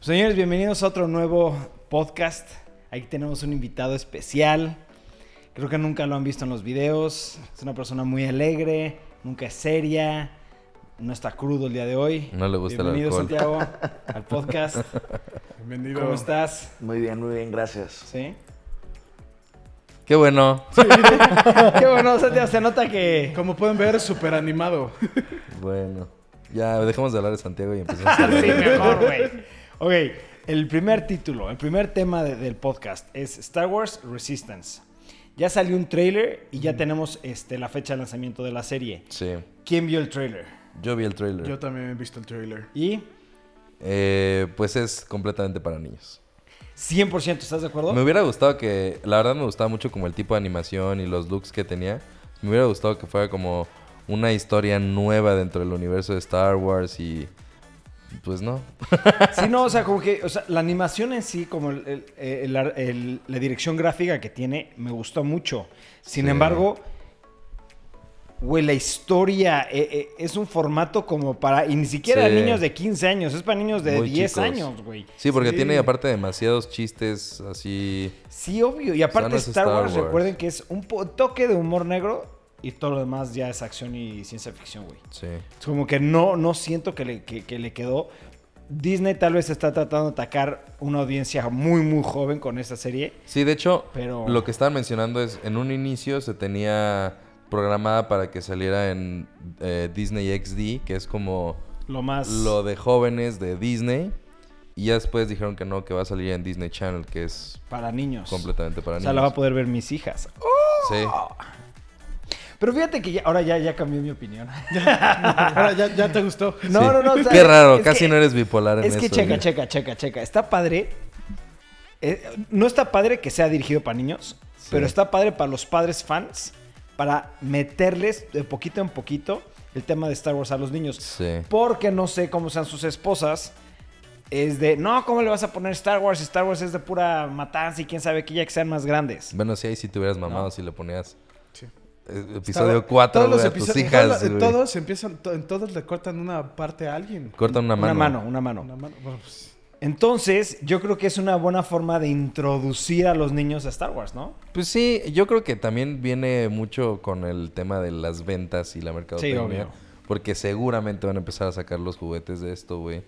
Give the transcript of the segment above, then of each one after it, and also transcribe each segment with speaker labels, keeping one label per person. Speaker 1: Señores, bienvenidos a otro nuevo podcast. Aquí tenemos un invitado especial. Creo que nunca lo han visto en los videos. Es una persona muy alegre, nunca es seria. No está crudo el día de hoy.
Speaker 2: No le gusta el
Speaker 1: Bienvenido,
Speaker 2: alcohol.
Speaker 1: Santiago, al podcast.
Speaker 3: Bienvenido.
Speaker 1: ¿Cómo estás?
Speaker 4: Muy bien, muy bien, gracias.
Speaker 1: ¿Sí?
Speaker 2: Qué bueno.
Speaker 1: Qué bueno, Santiago. Se nota que...
Speaker 3: Como pueden ver, súper animado.
Speaker 2: Bueno. Ya, dejemos de hablar de Santiago y empezamos a hablar.
Speaker 1: Sí, mejor, güey. Ok, el primer título, el primer tema de- del podcast es Star Wars Resistance. Ya salió un trailer y ya tenemos este, la fecha de lanzamiento de la serie.
Speaker 2: Sí.
Speaker 1: ¿Quién vio el trailer?
Speaker 2: Yo vi el trailer.
Speaker 3: Yo también he visto el trailer.
Speaker 1: Y
Speaker 2: Eh, pues es completamente para niños.
Speaker 1: 100%, ¿estás de acuerdo?
Speaker 2: Me hubiera gustado que, la verdad me gustaba mucho como el tipo de animación y los looks que tenía. Me hubiera gustado que fuera como una historia nueva dentro del universo de Star Wars y pues no.
Speaker 1: Sí, no, o sea, como que o sea, la animación en sí, como el- el- el- el- el- la dirección gráfica que tiene, me gustó mucho. Sin
Speaker 2: Sí.
Speaker 1: embargo, güey, la historia eh, eh, es un formato como para, y ni siquiera
Speaker 2: Sí.
Speaker 1: niños de 15 años, es para niños de
Speaker 2: Muy
Speaker 1: 10
Speaker 2: chicos.
Speaker 1: años, güey.
Speaker 2: Sí, porque
Speaker 3: Sí.
Speaker 2: tiene aparte demasiados chistes así.
Speaker 1: Sí, obvio. Y aparte
Speaker 2: no es
Speaker 1: Star,
Speaker 2: Star
Speaker 1: Wars,
Speaker 2: Wars.
Speaker 1: recuerden que es un po- toque de humor negro y todo lo demás ya es acción y ciencia ficción, güey.
Speaker 2: Sí.
Speaker 1: Es como que no, no siento que le, que- que le quedó. Disney tal vez está tratando de atacar una audiencia muy, muy joven con esta serie.
Speaker 2: Sí, de hecho,
Speaker 1: Pero-
Speaker 2: lo que estaban mencionando es, en un inicio se tenía programada para que saliera en eh, Disney XD, que es como
Speaker 1: Lo más...
Speaker 2: lo de jóvenes de Disney. Y ya después dijeron que no, que va a salir en Disney Channel, que es
Speaker 1: Para niños.
Speaker 2: completamente para
Speaker 1: o
Speaker 2: niños.
Speaker 1: sea, la va a poder ver mis hijas.
Speaker 2: Sí.
Speaker 1: Pero fíjate que ya- ahora ya, ya cambió mi opinión.
Speaker 3: Ahora, ya, ya te gustó.
Speaker 1: No,
Speaker 2: Sí.
Speaker 1: no, no. o sea,
Speaker 2: Qué raro,
Speaker 1: es
Speaker 2: casi
Speaker 1: que-
Speaker 2: no eres bipolar en
Speaker 1: Es
Speaker 2: eso.
Speaker 1: que checa,
Speaker 2: güey.
Speaker 1: checa, checa, checa. Está padre. eh, no está padre que sea dirigido para niños,
Speaker 2: Sí.
Speaker 1: pero está padre para los padres fans, para meterles de poquito en poquito el tema de Star Wars a los niños.
Speaker 2: Sí.
Speaker 1: Porque no sé cómo sean sus esposas. Es de, no, ¿cómo le vas a poner Star Wars? Star Wars es de pura matanza y quién sabe que ya que sean más grandes.
Speaker 2: Bueno, sí, ahí sí te hubieras mamado si le ponías
Speaker 3: Sí.
Speaker 2: eh, episodio 4 güey, a tus
Speaker 3: episodios-
Speaker 2: hijas.
Speaker 3: todos-
Speaker 2: güey.
Speaker 3: todos empiezan, to- en todos le cortan una parte a alguien.
Speaker 2: Cortan una mano.
Speaker 1: Una mano, una mano.
Speaker 3: Una mano. Bueno, pues,
Speaker 1: Entonces, yo creo que es una buena forma de introducir a los niños a Star Wars, ¿no?
Speaker 2: Pues sí, yo creo que también viene mucho con el tema de las ventas y la mercadotecnia.
Speaker 1: obvio.
Speaker 2: porque seguramente van a empezar a sacar los juguetes de esto, güey.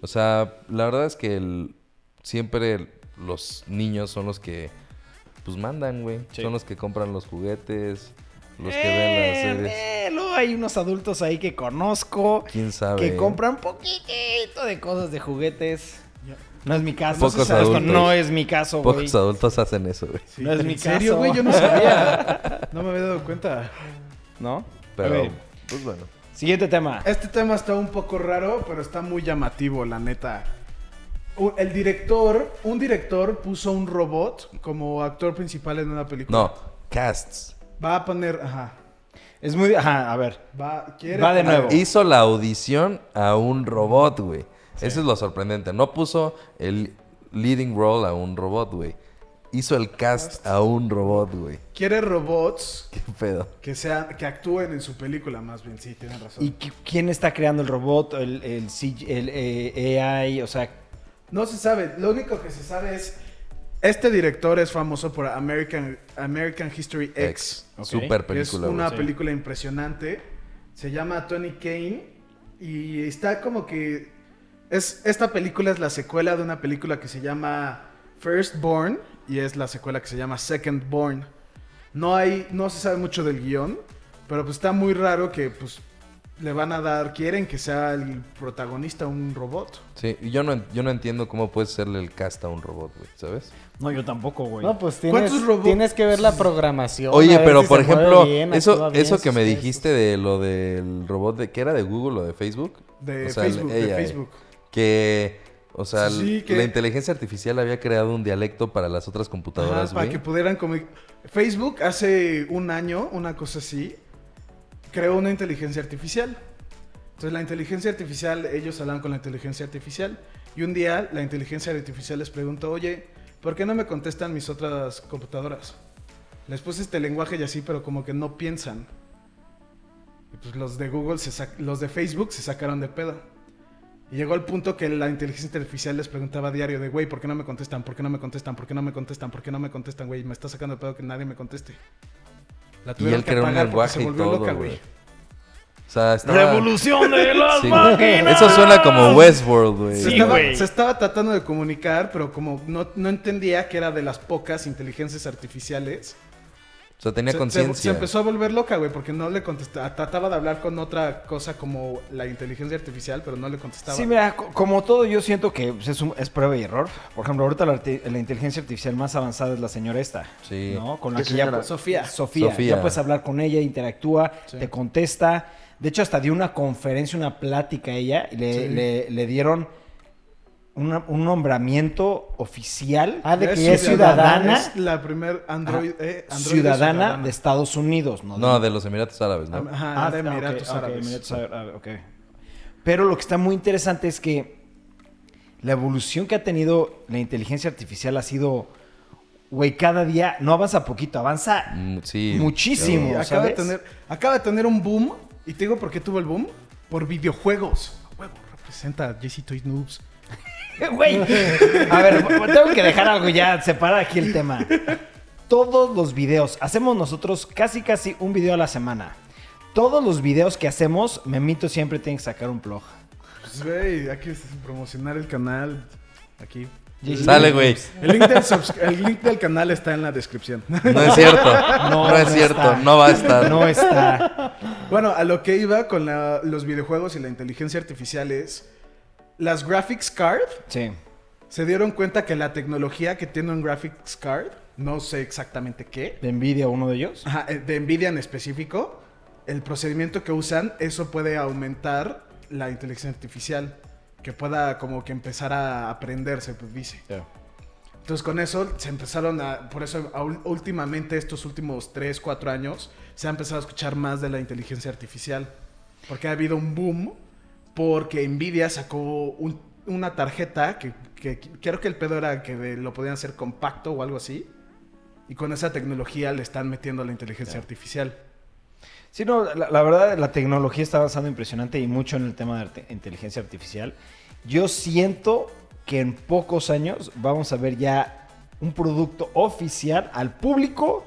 Speaker 2: O sea, la verdad es que el- siempre el- los niños son los que pues mandan, güey.
Speaker 1: Sí.
Speaker 2: Son los que compran los juguetes, los que
Speaker 1: Eh,
Speaker 2: ven las series.
Speaker 1: eh, luego hay unos adultos ahí que conozco
Speaker 2: ¿Quién sabe?
Speaker 1: que
Speaker 2: eh?
Speaker 1: compran poquitito de cosas de juguetes.
Speaker 3: ya.
Speaker 1: No es mi caso.
Speaker 2: Pocos
Speaker 1: Esto
Speaker 2: adultos.
Speaker 1: no es mi caso, güey.
Speaker 2: Pocos adultos hacen eso, güey.
Speaker 3: Sí.
Speaker 1: No es
Speaker 3: ¿En
Speaker 1: mi
Speaker 3: serio,
Speaker 1: caso.
Speaker 3: güey? Yo no sabía. No me había dado cuenta.
Speaker 1: ¿No?
Speaker 2: Pero,
Speaker 1: Ok.
Speaker 2: pues bueno.
Speaker 1: Siguiente tema.
Speaker 3: Este tema está un poco raro, pero está muy llamativo, la neta. U- El director, un director puso un robot como actor principal en una película.
Speaker 2: No, casts.
Speaker 3: Va a poner, ajá.
Speaker 1: Es muy. Ajá, a ver.
Speaker 3: Va, quiere
Speaker 1: Va de
Speaker 3: poner-
Speaker 1: nuevo.
Speaker 2: Hizo la audición a un robot, güey. Eso es lo sorprendente. No puso el leading role a un robot, güey. Hizo el cast a un robot, güey.
Speaker 3: Quiere robots
Speaker 2: Qué pedo.
Speaker 3: que sean, que actúen en su película, más bien, sí, tienen razón.
Speaker 1: ¿Y qui- quién está creando el robot? El, el, CG el, eh, AI. O sea,
Speaker 3: No se sabe, lo único que se sabe es. Este director es famoso por American, American History X.
Speaker 1: Ok.
Speaker 2: Super
Speaker 3: que es
Speaker 2: película,
Speaker 3: una
Speaker 1: sí.
Speaker 3: película impresionante. Se llama Tony Kane. Y está como que. Es, esta película es la secuela de una película que se llama Firstborn. Y es la secuela que se llama Secondborn. No hay. No se sabe mucho del guión. Pero pues está muy raro que pues. Le van a dar. Quieren que sea el protagonista un robot.
Speaker 2: Sí, y yo no, en- yo no entiendo cómo puedes hacerle el cast a un robot, güey, ¿sabes?
Speaker 1: no, yo tampoco, güey.
Speaker 5: No, pues tienes,
Speaker 3: ¿Cuántos robots?
Speaker 5: tienes que ver la programación. a
Speaker 2: Oye,
Speaker 5: ver
Speaker 2: pero
Speaker 5: si
Speaker 2: por
Speaker 5: se mueve
Speaker 2: ejemplo,
Speaker 5: bien, actúa
Speaker 2: eso,
Speaker 5: bien
Speaker 2: eso que
Speaker 5: sus
Speaker 2: me
Speaker 5: gestos.
Speaker 2: dijiste de lo del robot de que era de Google o de Facebook.
Speaker 3: De
Speaker 2: O sea, el
Speaker 3: Facebook. de
Speaker 2: AI,
Speaker 3: Facebook.
Speaker 2: Que, o sea,
Speaker 3: Sí, sí,
Speaker 2: l-
Speaker 3: que-
Speaker 2: la inteligencia artificial había creado un dialecto para las otras
Speaker 3: Ajá,
Speaker 2: computadoras,
Speaker 3: para
Speaker 2: güey.
Speaker 3: que pudieran comer. Facebook hace un año, una cosa así, creó una inteligencia artificial. Entonces la inteligencia artificial, ellos hablan con la inteligencia artificial. Y un día la inteligencia artificial les preguntó, oye, ¿por qué no me contestan mis otras computadoras? Les puse este lenguaje y así, pero como que no piensan. Y pues los de Google, se sac- los de Facebook se sacaron de pedo. Y llegó al punto que la inteligencia artificial les preguntaba a diario de, güey, ¿por qué no me contestan? ¿Por qué no me contestan? ¿Por qué no me contestan? ¿Por qué no me contestan, güey? Me está sacando el pedo que nadie me conteste. La
Speaker 2: Y
Speaker 3: tuvieron
Speaker 2: él creó un
Speaker 3: apagar porque
Speaker 2: lenguaje y todo, güey. O sea, estaba...
Speaker 1: ¡Revolución de las
Speaker 2: Sí, güey.
Speaker 1: máquinas!
Speaker 2: Eso suena como Westworld, güey.
Speaker 3: Se,
Speaker 1: Sí,
Speaker 3: estaba,
Speaker 1: güey.
Speaker 3: se estaba tratando de comunicar, pero como no, no entendía que era de las pocas inteligencias artificiales,
Speaker 2: O sea, tenía
Speaker 3: se- se- Se,
Speaker 2: conciencia.
Speaker 3: empezó a volver loca, güey, porque no le contestaba. Trataba de hablar con otra cosa como la inteligencia artificial, pero no le contestaba.
Speaker 1: Sí, mira, co- como todo, yo siento que pues, es, un- es prueba y error. Por ejemplo, ahorita la, arti- la inteligencia artificial más avanzada es la señora esta.
Speaker 2: Sí.
Speaker 1: ¿no? Con la
Speaker 4: ¿Qué
Speaker 1: que ya
Speaker 4: señora?
Speaker 1: pu-
Speaker 3: Sofía.
Speaker 1: Sofía.
Speaker 2: Sofía.
Speaker 1: Ya puedes hablar con ella, interactúa, te contesta. De hecho, hasta dio una conferencia, una plática a ella y le,
Speaker 3: Sí.
Speaker 1: le- le dieron una- un nombramiento oficial.
Speaker 4: Ah, de
Speaker 1: Es
Speaker 4: que es
Speaker 1: ciudadana.
Speaker 3: Es la primer Android, eh,
Speaker 1: Ajá,
Speaker 3: androide
Speaker 1: ciudadana,
Speaker 3: ciudadana.
Speaker 1: de Estados Unidos, ¿no?
Speaker 2: No, de los Emiratos Árabes, ¿no?
Speaker 3: Ajá, de
Speaker 1: ok,
Speaker 3: Emiratos
Speaker 1: ok,
Speaker 3: Árabes.
Speaker 1: Emiratos Árabes, ah, ok. Pero lo que está muy interesante es que la evolución que ha tenido la inteligencia artificial ha sido, güey, cada día no avanza poquito, avanza
Speaker 2: Mm, Sí.
Speaker 1: muchísimo.
Speaker 3: Y acaba,
Speaker 1: ¿sabes?
Speaker 3: de tener, acaba de tener un boom. Y te digo por qué tuvo el boom. Por videojuegos. A Huevo, representa a JC Toys Noobs.
Speaker 1: Güey, a ver, tengo que dejar algo ya, separar aquí el tema. Todos los videos, hacemos nosotros casi casi un video a la semana. Todos los videos que hacemos, Memito siempre tiene que sacar un blog.
Speaker 3: Pues, güey, hay que promocionar el canal. Aquí.
Speaker 2: Sale, güey.
Speaker 3: El link, del subs- el link del canal está en la descripción.
Speaker 2: No es cierto. No, es
Speaker 1: no
Speaker 2: cierto.
Speaker 1: está.
Speaker 2: No va a estar.
Speaker 1: No está.
Speaker 3: Bueno, a lo que iba con la- los videojuegos y la inteligencia artificial es. Las graphics card
Speaker 1: Sí.
Speaker 3: se dieron cuenta que la tecnología que tiene un graphics card, no sé exactamente qué,
Speaker 1: ¿De envidia uno de ellos?
Speaker 3: ajá, eh, de Nvidia en específico, el procedimiento que usan, eso puede aumentar la inteligencia artificial, que pueda como que empezar a aprenderse, pues dice. Entonces con eso se empezaron a, por eso a ul- últimamente estos últimos 3, 4 años, se ha empezado a escuchar más de la inteligencia artificial. Porque ha habido un boom, porque Nvidia sacó un- una tarjeta que, que creo que el pedo era que de- lo podían hacer compacto o algo así. Y con esa tecnología le están metiendo a la inteligencia artificial.
Speaker 1: Sí, no, la, la verdad, la tecnología está avanzando impresionante y mucho en el tema de arte- inteligencia artificial. Yo siento que en pocos años vamos a ver ya un producto oficial al público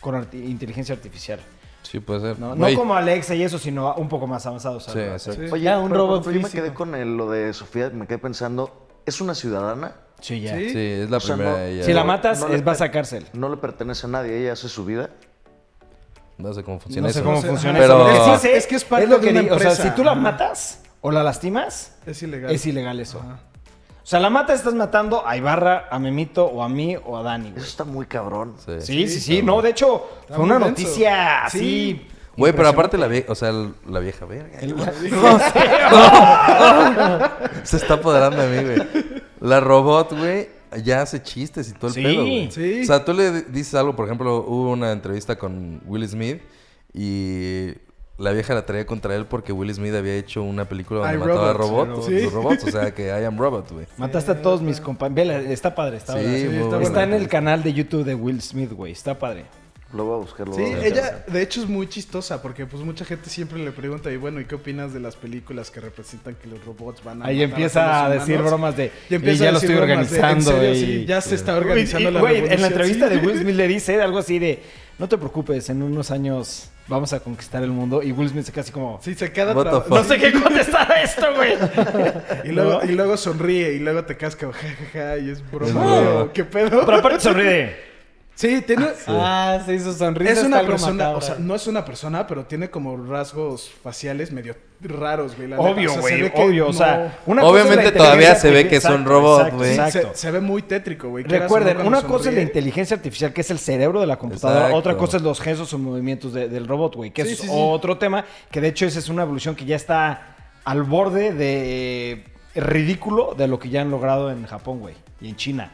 Speaker 1: con arti- inteligencia artificial.
Speaker 2: Sí, puede ser.
Speaker 1: No,
Speaker 2: Güey,
Speaker 1: no como Alexa y eso, sino un poco más avanzado. o sea,
Speaker 2: Sí,
Speaker 1: ¿no?
Speaker 2: exacto.
Speaker 3: Sí.
Speaker 4: Oye,
Speaker 3: Ya, un
Speaker 4: un robot.
Speaker 3: robot
Speaker 4: Yo me
Speaker 3: físico.
Speaker 4: quedé con el- lo de Sofía, me quedé pensando, ¿es una ciudadana?
Speaker 1: Sí, ya.
Speaker 3: Sí.
Speaker 2: Sí, es la
Speaker 4: O sea,
Speaker 2: primera
Speaker 4: no-
Speaker 2: de ellas.
Speaker 1: Si la
Speaker 4: No,
Speaker 1: matas,
Speaker 4: no le-
Speaker 1: es- vas a cárcel.
Speaker 4: No le pertenece a nadie, ella hace su vida.
Speaker 2: No sé cómo funciona
Speaker 1: No sé
Speaker 2: eso.
Speaker 1: cómo
Speaker 3: sé,
Speaker 1: funciona
Speaker 2: ajá.
Speaker 1: eso.
Speaker 2: Pero-
Speaker 1: Lo que sí sé
Speaker 3: Es que es parte
Speaker 1: lo
Speaker 3: de
Speaker 1: que
Speaker 3: una
Speaker 1: digo, O sea,
Speaker 3: empresa.
Speaker 1: si tú la
Speaker 3: Ajá.
Speaker 1: matas o la lastimas,
Speaker 3: Es ilegal.
Speaker 1: Es ilegal eso.
Speaker 3: Ajá.
Speaker 1: O sea, la mata estás matando a Ibarra, a Memito o a mí o a Dani, güey.
Speaker 4: Eso está muy cabrón.
Speaker 2: Sí.
Speaker 1: Sí, sí, sí. No, de hecho, fue
Speaker 3: muy
Speaker 1: una
Speaker 3: denso.
Speaker 1: noticia así.
Speaker 3: Sí.
Speaker 2: Güey, pero aparte la vieja, o sea, el- la vieja, verga. Se está apoderando de mí, güey. La robot, güey, ya hace chistes y todo el
Speaker 1: Sí,
Speaker 2: pedo, güey.
Speaker 3: sí.
Speaker 2: O sea, tú le dices algo, por ejemplo, hubo una entrevista con Will Smith y la vieja la traía contra él porque Will Smith había hecho una película donde
Speaker 3: I,
Speaker 2: mataba
Speaker 3: Robot.
Speaker 2: a robots,
Speaker 3: Sí.
Speaker 2: los robots, o sea, que I am Robot, güey.
Speaker 1: Mataste a todos mis compañeros. Vela, está padre, está
Speaker 2: Sí,
Speaker 1: padre.
Speaker 2: muy
Speaker 3: está
Speaker 2: buena
Speaker 1: Está en el
Speaker 2: entrevista.
Speaker 1: canal de YouTube de Will Smith, güey. Está padre.
Speaker 4: Lo voy a buscar, lo
Speaker 3: Sí,
Speaker 4: voy a buscar.
Speaker 3: ella de hecho es muy chistosa porque pues mucha gente siempre le pregunta y bueno, ¿y qué opinas de las películas que representan que los robots van a
Speaker 1: Ahí
Speaker 3: matar
Speaker 1: empieza a
Speaker 3: los
Speaker 1: decir
Speaker 3: humanos?
Speaker 1: bromas de.
Speaker 3: Y empieza
Speaker 1: ya
Speaker 3: a
Speaker 1: lo
Speaker 3: decir
Speaker 1: estoy
Speaker 3: bromas de,
Speaker 1: organizando.
Speaker 3: "En serio,
Speaker 1: y...
Speaker 3: sí, ya se está
Speaker 1: Güey,
Speaker 3: organizando
Speaker 1: y-
Speaker 3: la
Speaker 1: Güey, en la
Speaker 3: revolución",
Speaker 1: entrevista
Speaker 3: sí.
Speaker 1: de Will Smith le dice algo así de: No te preocupes, en unos años vamos a conquistar el mundo. Y Will Smith se casi como.
Speaker 3: Sí, se queda
Speaker 2: What the
Speaker 3: traba-
Speaker 2: fuck.
Speaker 1: No sé qué contestar a esto, güey.
Speaker 3: y, luego,
Speaker 1: ¿No?
Speaker 3: y luego sonríe y luego te casca, jajaja, y es broma.
Speaker 2: Es broma.
Speaker 3: güey, ¿Qué pedo?
Speaker 1: Pero aparte sonríe.
Speaker 3: Sí, tiene
Speaker 5: Ah, sí, su sonrisa
Speaker 3: es
Speaker 5: está
Speaker 3: una
Speaker 5: algo
Speaker 3: persona,
Speaker 5: macabra.
Speaker 3: o sea, no es una persona, pero tiene como rasgos faciales medio raros, güey. la neta. O
Speaker 1: Obvio,
Speaker 3: sea, se
Speaker 1: güey,
Speaker 3: ve que
Speaker 1: obvio. O
Speaker 3: no-
Speaker 1: sea, una
Speaker 2: Obviamente
Speaker 1: cosa es la
Speaker 2: todavía
Speaker 1: inteligencia
Speaker 2: se ve que es
Speaker 1: artificial.
Speaker 2: un robot,
Speaker 1: Exacto,
Speaker 2: güey.
Speaker 3: se-
Speaker 1: Exacto.
Speaker 3: Se, ve muy tétrico, güey. quieras o no,
Speaker 1: Recuerden,
Speaker 3: cuando
Speaker 1: una cosa es la
Speaker 3: sonríe.
Speaker 1: inteligencia artificial, que es el cerebro de la computadora.
Speaker 2: Exacto.
Speaker 1: Otra cosa es los gestos o movimientos de- del robot, güey. Que
Speaker 3: Sí,
Speaker 1: es
Speaker 3: sí, sí.
Speaker 1: otro tema. Que de hecho esa es una evolución que ya está al borde de ridículo de lo que ya han logrado en Japón, güey. Y en China.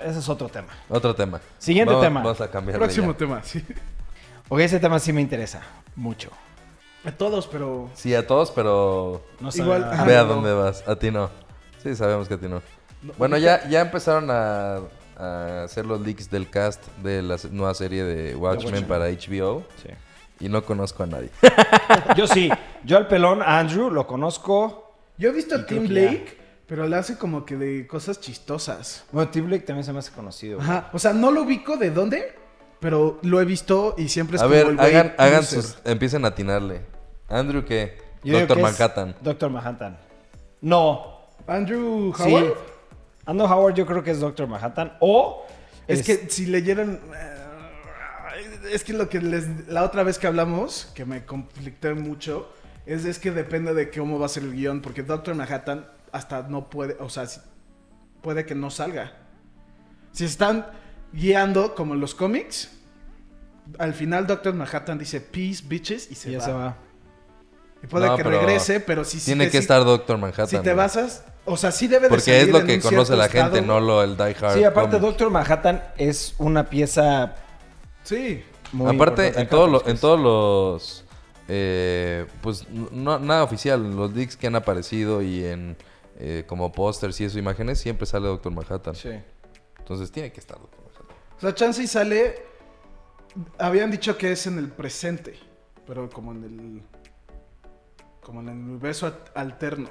Speaker 1: Ese es otro tema.
Speaker 2: Otro tema.
Speaker 1: Siguiente
Speaker 2: Vamos-
Speaker 1: tema.
Speaker 2: Vamos a cambiar
Speaker 3: Próximo tema, sí.
Speaker 1: Ok, ese tema sí me interesa. Mucho.
Speaker 3: A todos, pero
Speaker 2: Sí, a todos, pero
Speaker 1: No sé.
Speaker 3: Igual,
Speaker 1: nada.
Speaker 3: Ah,
Speaker 2: Ve a
Speaker 3: no.
Speaker 2: dónde vas, a ti no. Sí, sabemos que a ti no. Bueno, ya, ya empezaron a, a hacer los leaks del cast de la se- nueva serie de Watchmen
Speaker 1: Watchmen.
Speaker 2: para HBO
Speaker 1: Sí.
Speaker 2: y no conozco a nadie.
Speaker 1: Yo sí. Yo al pelón, a Andrew, lo conozco.
Speaker 3: Yo he visto
Speaker 1: Y
Speaker 3: a
Speaker 1: creo
Speaker 3: Tim
Speaker 1: que ya.
Speaker 3: Blake, pero la hace como que de cosas chistosas.
Speaker 1: Bueno, Tim Blake también se me hace conocido. güey.
Speaker 3: Ajá, o sea, no lo ubico de dónde, pero lo he visto y siempre es
Speaker 2: A
Speaker 3: como
Speaker 2: ver,
Speaker 3: el güey
Speaker 2: hagan, hagan
Speaker 3: loser.
Speaker 2: sus. Empiecen a atinarle. Andrew, ¿qué?
Speaker 1: Yo digo
Speaker 2: Doctor
Speaker 1: que es
Speaker 2: Manhattan.
Speaker 1: Doctor Manhattan. No.
Speaker 3: Andrew
Speaker 1: Sí.
Speaker 3: Howard.
Speaker 1: Ando Howard yo creo que es Doctor Manhattan. O...
Speaker 3: Es
Speaker 1: es-
Speaker 3: que si leyeron... eh, Es que lo que les... La otra vez que hablamos, que me conflicté mucho, es, es que depende de cómo va a ser el guión, porque Doctor Manhattan hasta no puede... O sea, si- puede que no salga. Si están guiando como en los cómics, al final Doctor Manhattan dice peace, bitches, y se
Speaker 1: ya
Speaker 3: va.
Speaker 1: se va.
Speaker 3: Y puede
Speaker 2: No,
Speaker 3: que
Speaker 2: pero
Speaker 3: regrese, pero si... si-
Speaker 2: Tiene que
Speaker 3: si-
Speaker 2: estar Doctor Manhattan.
Speaker 3: Si te
Speaker 2: güey.
Speaker 3: basas... O sea, sí debe de
Speaker 2: Porque es
Speaker 3: salir
Speaker 2: lo
Speaker 3: en
Speaker 2: que
Speaker 3: un
Speaker 2: conoce
Speaker 3: cierto
Speaker 2: la gente, no
Speaker 3: estado.
Speaker 2: lo el Die Hard.
Speaker 1: Sí, aparte
Speaker 2: comic.
Speaker 1: Doctor Manhattan es una pieza
Speaker 3: Sí.
Speaker 1: muy
Speaker 2: Aparte,
Speaker 1: importante
Speaker 2: en,
Speaker 1: acá,
Speaker 2: todo lo-
Speaker 1: pues,
Speaker 2: en todos los. eh, pues no, nada oficial, en los leaks que han aparecido y en eh, como pósters y eso, imágenes, siempre sale Doctor Manhattan.
Speaker 1: Sí.
Speaker 2: Entonces tiene que estar Doctor Manhattan.
Speaker 3: O sea, chance y sale. Habían dicho que es en el presente, pero como en el. Como en el universo at- alterno.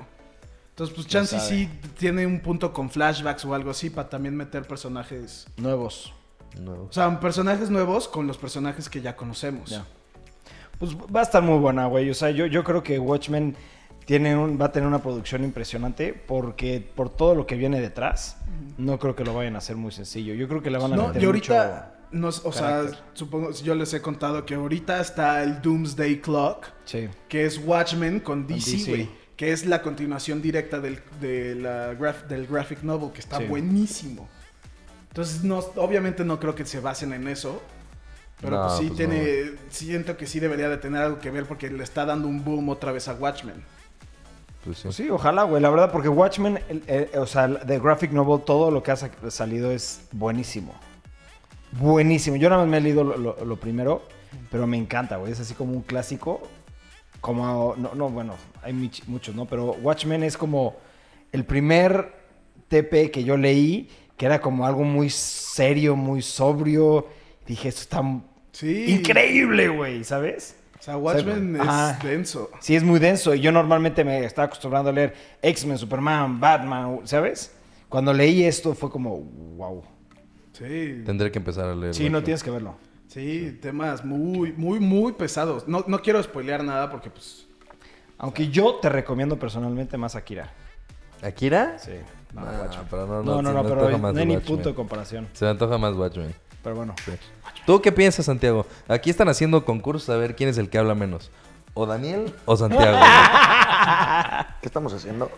Speaker 3: Entonces, pues chance y
Speaker 1: sabe.
Speaker 3: sí tiene un punto con flashbacks o algo así para también meter personajes.
Speaker 1: Nuevos.
Speaker 2: No.
Speaker 3: O sea, personajes nuevos con los personajes que ya conocemos.
Speaker 1: Ya. Pues va a estar muy buena, güey. O sea, yo, yo creo que Watchmen tiene un, va a tener una producción impresionante porque por todo lo que viene detrás, no creo que lo vayan a hacer muy sencillo. Yo creo que le van a
Speaker 3: No,
Speaker 1: meter
Speaker 3: y ahorita. No, o
Speaker 1: carácter.
Speaker 3: sea, supongo, yo les he contado que ahorita está el Doomsday Clock.
Speaker 1: mucho- Sí.
Speaker 3: que es Watchmen con DC,
Speaker 1: DC.
Speaker 3: güey. Que es la continuación directa del, de la graf- del graphic novel, que está
Speaker 1: Sí.
Speaker 3: buenísimo. Entonces, no, obviamente no creo que se basen en eso. Pero
Speaker 2: No,
Speaker 3: pues sí
Speaker 2: pues
Speaker 3: tiene. Siento que sí debería de tener algo que ver porque le está dando un boom otra vez a Watchmen.
Speaker 2: Pues sí.
Speaker 1: Pues sí, ojalá, güey. La verdad, porque Watchmen, el- el- o sea, de Graphic Novel, todo lo que ha sa- salido es buenísimo. Buenísimo. Yo nada más me he leído lo, lo- lo primero, pero me encanta, güey. Es así como un clásico. Como, no, no bueno, hay mich- muchos, ¿no? Pero Watchmen es como el primer TP que yo leí, que era como algo muy serio, muy sobrio. Dije, esto está
Speaker 3: Sí.
Speaker 1: increíble, güey, ¿sabes?
Speaker 3: O sea, Watchmen
Speaker 1: O sea,
Speaker 3: es
Speaker 1: ajá.
Speaker 3: denso.
Speaker 1: Sí, es muy denso. Y yo normalmente me estaba acostumbrando a leer X-Men, Superman, Batman, ¿sabes? Cuando leí esto fue como, wow.
Speaker 3: Sí.
Speaker 2: Tendré que empezar a leer.
Speaker 1: Sí, no
Speaker 2: Watchmen.
Speaker 1: tienes que verlo.
Speaker 3: Sí, temas muy, muy, muy pesados. No, no quiero spoilear nada porque, pues.
Speaker 1: Aunque yo te recomiendo personalmente más Akira.
Speaker 2: ¿Akira?
Speaker 1: Sí.
Speaker 2: No,
Speaker 1: No,
Speaker 2: pero no,
Speaker 1: Ah, no, no,
Speaker 2: se me
Speaker 1: pero
Speaker 2: antoja
Speaker 1: no
Speaker 2: más
Speaker 1: hay ni
Speaker 2: Watchmen.
Speaker 1: punto de comparación.
Speaker 2: Se me antoja más Watchmen.
Speaker 1: Pero bueno.
Speaker 2: ¿Tú qué piensas, Santiago? Aquí están haciendo concursos a ver quién es el que habla menos. ¿O Daniel o Santiago? güey.
Speaker 4: ¿Qué estamos haciendo?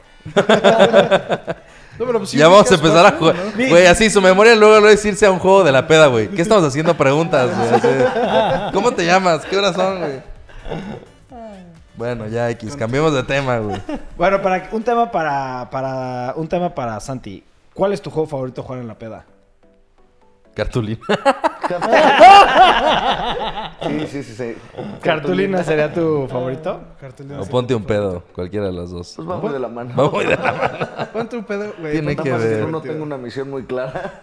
Speaker 3: No, pero pues, sí
Speaker 2: ya vamos a
Speaker 3: ubicas
Speaker 2: empezar a
Speaker 3: Watchmen,
Speaker 2: jugar.
Speaker 3: ¿no?
Speaker 2: Güey, así su memoria luego luego es irse a un juego de la peda, güey. ¿Qué estamos haciendo preguntas, güey? Así, ¿Cómo te llamas? ¿Qué horas son, güey? Bueno, ya X, cambiemos de tema, güey.
Speaker 1: Bueno, para, un, tema para, para, un tema para Santi. ¿Cuál es tu juego favorito jugar en la peda?
Speaker 2: Cartulina.
Speaker 4: Sí, sí, sí, sí.
Speaker 1: ¿Cartulina sería tu favorito?
Speaker 3: Cartelera.
Speaker 2: O ponte un pedo, cualquiera de las dos.
Speaker 4: Pues va muy de la mano.
Speaker 2: Va muy de la mano.
Speaker 3: Ponte un pedo, güey.
Speaker 2: Tiene
Speaker 3: ponte
Speaker 2: que
Speaker 4: Nada
Speaker 3: un
Speaker 4: más
Speaker 3: pedo
Speaker 2: ver.
Speaker 4: yo no
Speaker 3: divertido.
Speaker 4: tengo una misión muy clara.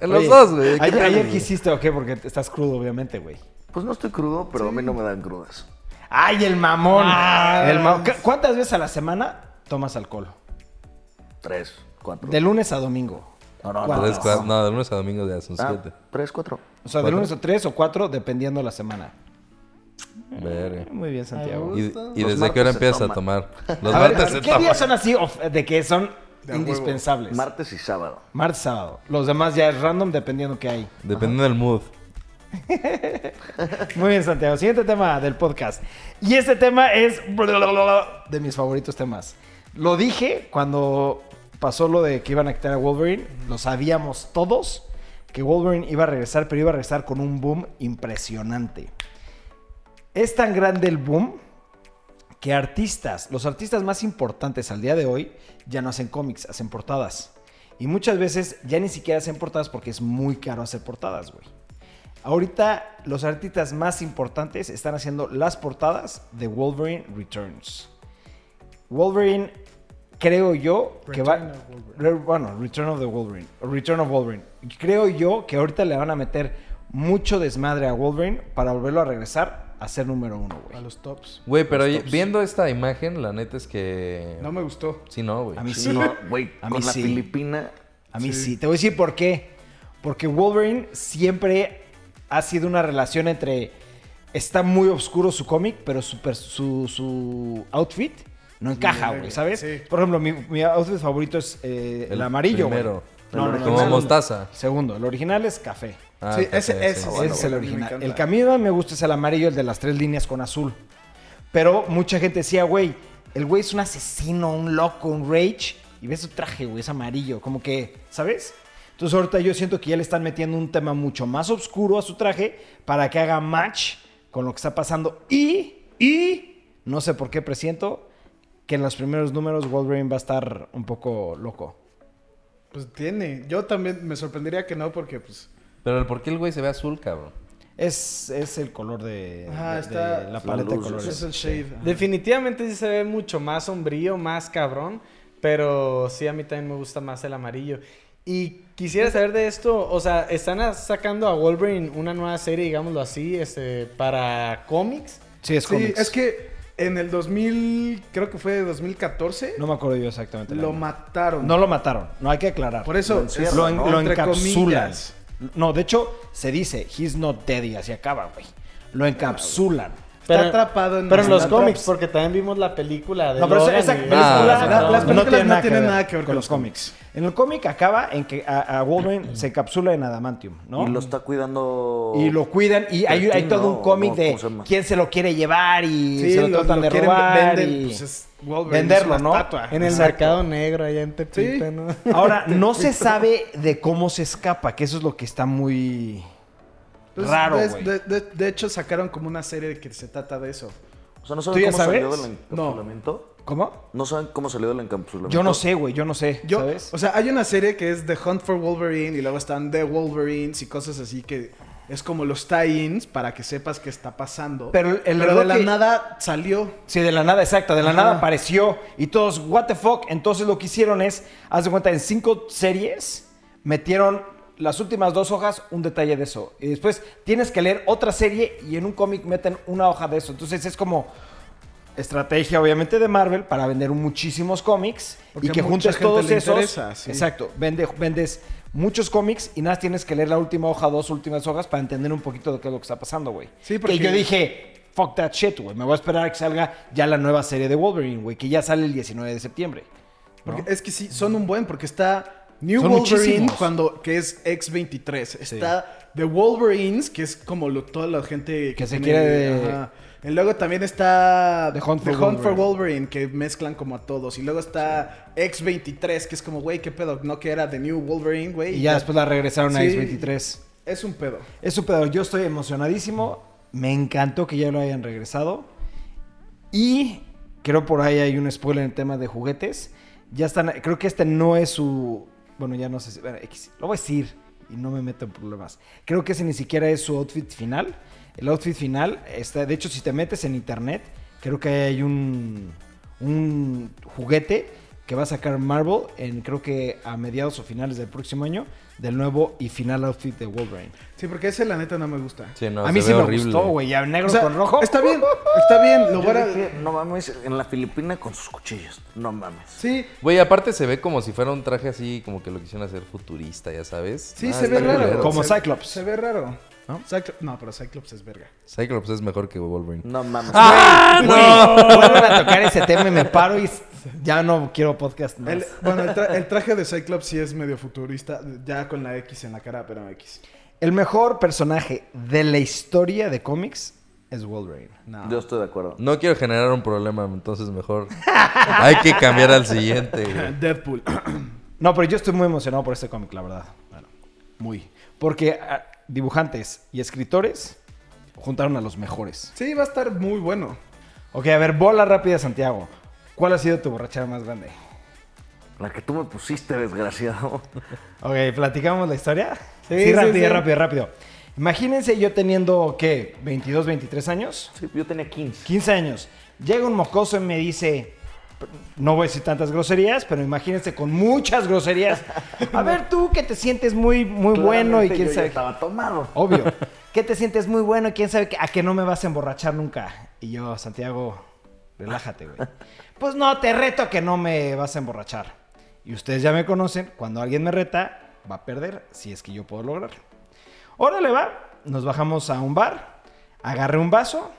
Speaker 2: En los
Speaker 1: Oye,
Speaker 2: dos, güey. ¿Qué
Speaker 1: Ayer,
Speaker 2: tal,
Speaker 1: ayer
Speaker 2: güey?
Speaker 1: que hiciste, ok, porque estás crudo, obviamente, güey.
Speaker 4: Pues no estoy crudo, pero a mí no me dan crudas.
Speaker 1: ¡Ay, el mamón! El ma- ¿Cu- ¿Cuántas veces a la semana tomas alcohol?
Speaker 4: Tres, cuatro.
Speaker 1: De lunes a domingo.
Speaker 4: No, no,
Speaker 1: Cuatro.
Speaker 4: no.
Speaker 2: Tres, cuatro- no, de lunes a domingo de son
Speaker 4: Ah,
Speaker 2: siete.
Speaker 4: tres, cuatro.
Speaker 1: O sea, de lunes a tres o cuatro, dependiendo la semana.
Speaker 2: Verga.
Speaker 1: Muy bien, Santiago.
Speaker 2: ¿Y, y
Speaker 4: Los
Speaker 2: desde qué hora
Speaker 4: martes se
Speaker 2: empiezas a
Speaker 4: toma.
Speaker 2: tomar? Ah, Los
Speaker 1: A ver,
Speaker 2: martes se
Speaker 1: ¿Qué
Speaker 2: toman.
Speaker 1: días son así of- de que son
Speaker 3: De a huevo.
Speaker 1: indispensables?
Speaker 4: Martes y sábado.
Speaker 1: Martes, sábado. Los demás ya es random dependiendo qué hay.
Speaker 2: Dependiendo del mood.
Speaker 1: Muy bien, Santiago. Siguiente tema del podcast. Y este tema es de mis favoritos temas. Lo dije cuando pasó lo de que iban a quitar a Wolverine. Lo sabíamos todos que Wolverine iba a regresar, pero iba a regresar con un boom impresionante. Es tan grande el boom que artistas, los artistas más importantes al día de hoy, ya no hacen cómics, hacen portadas. Y muchas veces ya ni siquiera hacen portadas porque es muy caro hacer portadas, güey. Ahorita los artistas más importantes están haciendo las portadas de Wolverine Returns. Wolverine, creo yo, que va...
Speaker 3: Return of Wolverine.
Speaker 1: Re- bueno, Return of the Wolverine. Return of Wolverine. Creo yo que ahorita le van a meter mucho desmadre a Wolverine para volverlo a regresar a ser número uno,
Speaker 3: A
Speaker 1: güey.
Speaker 3: los tops.
Speaker 2: Güey, pero
Speaker 1: Los
Speaker 2: oye,
Speaker 1: tops.
Speaker 2: viendo esta imagen, la neta es que...
Speaker 3: No me gustó.
Speaker 2: Sí, no, güey.
Speaker 1: A mí sí.
Speaker 4: Sí, no, güey,
Speaker 1: A mí
Speaker 4: con la
Speaker 1: sí.
Speaker 4: Filipina.
Speaker 1: A mí sí.
Speaker 3: Sí.
Speaker 1: Te voy a decir por qué. Porque Wolverine siempre ha sido una relación entre. Está muy oscuro su cómic, pero su, pers- su, su outfit no encaja, güey, ¿sabes?
Speaker 3: Sí.
Speaker 1: Por ejemplo, mi, mi outfit favorito es eh, el,
Speaker 2: El
Speaker 1: amarillo, güey.
Speaker 2: primero.
Speaker 4: El
Speaker 1: No, no, no,
Speaker 4: original.
Speaker 1: segundo.
Speaker 2: mostaza.
Speaker 1: Segundo, el original es café.
Speaker 2: Ah,
Speaker 3: Sí,
Speaker 2: ok,
Speaker 3: ese-
Speaker 2: sí,
Speaker 3: ese-
Speaker 2: sí.
Speaker 1: Ese
Speaker 3: bueno,
Speaker 1: es el
Speaker 3: bueno,
Speaker 1: original.
Speaker 3: me encanta.
Speaker 1: El que a mí más me gusta es el amarillo, el de las tres líneas con azul. Pero mucha gente decía, güey, el güey es un asesino, un loco, un rage. Y ves su traje, güey, es amarillo. Como que, ¿sabes? Entonces ahorita yo siento que ya le están metiendo un tema mucho más oscuro a su traje para que haga match con lo que está pasando. Y, y, no sé por qué presiento que en los primeros números Wolverine va a estar un poco loco.
Speaker 3: Pues tiene. Yo también me sorprendería que no, porque pues.
Speaker 2: Pero el por qué el güey se ve azul, cabrón.
Speaker 1: Es, es el color de, Eh,
Speaker 3: Ajá,
Speaker 1: de-
Speaker 3: Ah, está-
Speaker 1: de la paleta de
Speaker 4: luz,
Speaker 1: colores.
Speaker 3: Es el shade. ajá.
Speaker 5: Definitivamente sí se ve mucho más sombrío, más cabrón, pero sí a mí también me gusta más el amarillo. Y quisiera saber de esto, o sea, ¿están a- sacando a Wolverine una nueva serie, digámoslo así, este, para cómics?
Speaker 1: Sí, es
Speaker 3: Sí,
Speaker 1: cómics.
Speaker 3: es que en el 2000, creo que fue 2014,
Speaker 1: No me acuerdo yo exactamente. la
Speaker 3: lo
Speaker 1: verdad.
Speaker 3: mataron.
Speaker 1: No lo mataron, no hay que aclarar.
Speaker 3: Por eso
Speaker 4: Lo encierran,
Speaker 1: lo, en-
Speaker 4: ¿no?
Speaker 1: lo
Speaker 3: entre
Speaker 1: encapsulan.
Speaker 3: comillas.
Speaker 1: No, de hecho, se dice, he's not dead y así acaba, güey. Lo encapsulan.
Speaker 3: Está atrapado en
Speaker 5: Pero en los
Speaker 3: Manhattan
Speaker 5: cómics,
Speaker 3: Traps.
Speaker 5: porque también vimos la película de
Speaker 1: No, pero esa-
Speaker 5: Logan
Speaker 1: esa
Speaker 5: y-
Speaker 1: película-
Speaker 2: Ah,
Speaker 1: la-
Speaker 2: no, no,
Speaker 1: las
Speaker 2: no.
Speaker 1: películas
Speaker 3: No tiene nada que ver
Speaker 1: con los cómics. En el cómic acaba en que a, a Wolverine se encapsula en adamantium, ¿no?
Speaker 4: Y lo está cuidando.
Speaker 1: Y lo cuidan y hay, hay
Speaker 4: Tarantino,
Speaker 1: todo un cómic
Speaker 4: no,
Speaker 1: de
Speaker 4: ¿cómo se llama?
Speaker 1: quién se lo quiere llevar y
Speaker 3: Sí,
Speaker 1: se lo,
Speaker 3: lo-
Speaker 1: tratan
Speaker 3: lo
Speaker 1: de
Speaker 3: quieren
Speaker 1: robar
Speaker 3: vender,
Speaker 1: y
Speaker 3: pues, es Wolverine,
Speaker 1: venderlo,
Speaker 3: es una
Speaker 1: ¿no?
Speaker 3: estatua.
Speaker 5: En el
Speaker 1: Exacto.
Speaker 5: mercado negro, allá en Tepito,
Speaker 3: Sí.
Speaker 5: ¿no?
Speaker 1: Ahora, no se sabe de cómo se escapa, que eso es lo que está muy
Speaker 3: Entonces,
Speaker 1: raro,
Speaker 3: de-
Speaker 1: güey.
Speaker 3: de, de- de hecho, sacaron como una serie que se trata de eso.
Speaker 4: O sea, ¿no
Speaker 1: ¿Tú
Speaker 4: saben
Speaker 1: ya
Speaker 4: cómo salió
Speaker 1: sabes?
Speaker 4: del encapsulamiento?
Speaker 1: ¿Cómo?
Speaker 4: No. saben cómo salió del encapsulamiento?
Speaker 1: Yo no sé, güey, yo no sé,
Speaker 3: Yo,
Speaker 1: ¿sabes?
Speaker 3: O sea, hay una serie que es The Hunt for Wolverine y luego están The Wolverines y cosas así que es como los tie-ins para que sepas qué está pasando.
Speaker 1: Pero el- el
Speaker 3: de
Speaker 1: reloj
Speaker 3: la
Speaker 1: que-
Speaker 3: nada salió.
Speaker 1: Sí, de la nada, exacto, de la
Speaker 3: Ajá.
Speaker 1: nada apareció y todos, what the fuck. Entonces lo que hicieron es, haz de cuenta, en cinco series metieron las últimas dos hojas un detalle de eso. Y después tienes que leer otra serie y en un cómic meten una hoja de eso. Entonces es como estrategia, obviamente, de Marvel para vender muchísimos cómics y
Speaker 3: Porque
Speaker 1: que
Speaker 3: mucha
Speaker 1: juntes
Speaker 3: gente
Speaker 1: todos
Speaker 3: le
Speaker 1: esos.
Speaker 3: interesa, sí.
Speaker 1: Exacto, vende- vendes muchos cómics y nada, más tienes que leer la última hoja, dos últimas hojas para entender un poquito de qué es lo que está pasando, güey.
Speaker 3: Sí,
Speaker 1: Que
Speaker 3: porque-
Speaker 1: yo dije dije, fuck that shit, güey. Me voy a esperar a que salga ya la nueva serie de Wolverine, güey, que ya sale el 19 de septiembre. ¿no?
Speaker 3: Porque Es que sí, son un buen porque está New
Speaker 1: Son
Speaker 3: Wolverine,
Speaker 1: muchísimos.
Speaker 3: cuando, que es X-23. Está The Wolverines, que es como lo- toda la gente
Speaker 1: Que se
Speaker 3: tiene-
Speaker 1: quiere-
Speaker 3: ajá. Y luego también está
Speaker 1: The Hunt for
Speaker 3: for
Speaker 1: Wolverine.
Speaker 3: Wolverine, que mezclan como a todos. Y luego está X-23, que es como, güey, qué pedo, no que era The New Wolverine, güey.
Speaker 1: Y ya después la regresaron a
Speaker 3: Sí.
Speaker 1: X-23.
Speaker 3: Es un pedo.
Speaker 1: Es un pedo. Yo estoy emocionadísimo. Me encantó que ya lo hayan regresado. Y creo por ahí hay un spoiler en tema de juguetes. Ya están. Creo que este no es su. Bueno, ya no sé si. bueno, X. Lo voy a decir y no me meto en problemas. Creo que ese ni siquiera es su outfit final. El outfit final está. De hecho, si te metes en internet, creo que hay un. Un juguete que va a sacar Marvel en creo que a mediados o finales del próximo año del nuevo y final outfit de Wolverine.
Speaker 3: Sí, porque ese la neta no me gusta.
Speaker 2: Sí, no,
Speaker 1: a mí
Speaker 2: se
Speaker 1: sí
Speaker 2: ve
Speaker 1: me
Speaker 2: horrible.
Speaker 1: gustó, güey. Ya negro
Speaker 3: O sea,
Speaker 1: con rojo.
Speaker 3: Está bien, está bien. Lo
Speaker 4: Yo
Speaker 3: voy a-
Speaker 4: dije, no mames, en la Filipina con sus cuchillos. No mames.
Speaker 3: Sí,
Speaker 2: Güey, aparte se ve como si fuera un traje así, como que lo quisieron hacer futurista, ya sabes.
Speaker 3: sí,
Speaker 2: Ah,
Speaker 3: se ve
Speaker 2: está
Speaker 3: raro.
Speaker 2: culero.
Speaker 1: Como
Speaker 3: Se-
Speaker 1: Cyclops.
Speaker 3: Se ve raro.
Speaker 1: ¿No?
Speaker 3: ¿No? no, pero Cyclops es verga.
Speaker 2: Cyclops pues, es mejor que Wolverine.
Speaker 4: No mames.
Speaker 1: Ah.
Speaker 2: Ah,
Speaker 1: no. Vuelvan a tocar ese tema y me paro y s- ya no quiero podcast más.
Speaker 3: El- bueno, el, tra- el traje de Cyclops sí es medio futurista, ya con la X en la cara, pero no X.
Speaker 1: El mejor personaje de la historia de cómics es Wolverine.
Speaker 3: No.
Speaker 4: Yo estoy de acuerdo.
Speaker 2: No quiero generar un problema, entonces mejor hay que cambiar al siguiente, güey.
Speaker 3: Deadpool.
Speaker 1: No, pero yo estoy muy emocionado por este cómic, la verdad. muy. Porque ah, dibujantes y escritores juntaron a los mejores.
Speaker 3: sí, va a estar muy bueno.
Speaker 1: Ok, a ver, bola rápida, Santiago. ¿Cuál ha sido tu borrachera más grande?
Speaker 4: La que tú me pusiste, desgraciado.
Speaker 1: Ok, platicamos la historia. Sí,
Speaker 5: Sí, sí,
Speaker 1: rápido,
Speaker 5: sí.
Speaker 1: rápido, rápido. Imagínense yo teniendo, ¿qué? ¿22, 23 años?
Speaker 4: Sí, yo tenía 15.
Speaker 1: 15 años. Llega un mocoso y me dice, no voy a decir tantas groserías, pero imagínense con muchas groserías. A ver tú que te sientes muy, muy bueno y
Speaker 4: Claramente
Speaker 1: quién
Speaker 4: yo ya
Speaker 1: sabe.
Speaker 4: Estaba tomado.
Speaker 1: Obvio. ¿qué te sientes muy bueno? ¿Quién sabe que, a que no me vas a emborrachar nunca? Y yo, Santiago, relájate, güey. Pues no, te reto a que no me vas a emborrachar. Y ustedes ya me conocen, cuando alguien me reta, va a perder, si es que yo puedo lograrlo. Órale, va. Nos bajamos a un bar, agarré un vaso,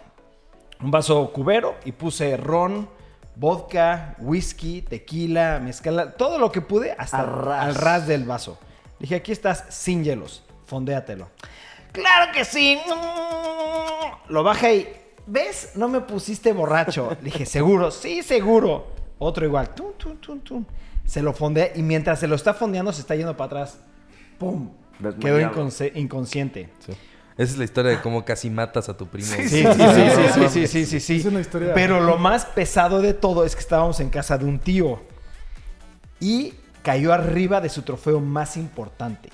Speaker 1: un vaso cubero y puse ron, vodka, whisky, tequila, mezcal, todo lo que pude hasta
Speaker 4: Al ras.
Speaker 1: al ras del vaso. Dije, aquí estás sin hielos, fondéatelo. ¡Claro que sí! Lo bajé y, ¿ves? No me pusiste borracho. Le dije, ¿seguro? Sí, seguro. Otro igual. Tum, tum, tum, tum. Se lo fondea y mientras se lo está fondeando se está yendo para atrás. ¡Pum! Quedó
Speaker 4: Desmayado.
Speaker 1: inconsci- inconsciente.
Speaker 2: Sí. Esa es la historia de cómo casi matas a tu primo.
Speaker 1: Sí, sí, sí, sí, sí, sí, sí, sí, sí.
Speaker 3: Es una historia-
Speaker 1: Pero lo más pesado de todo es que estábamos en casa de un tío y cayó arriba de su trofeo más importante.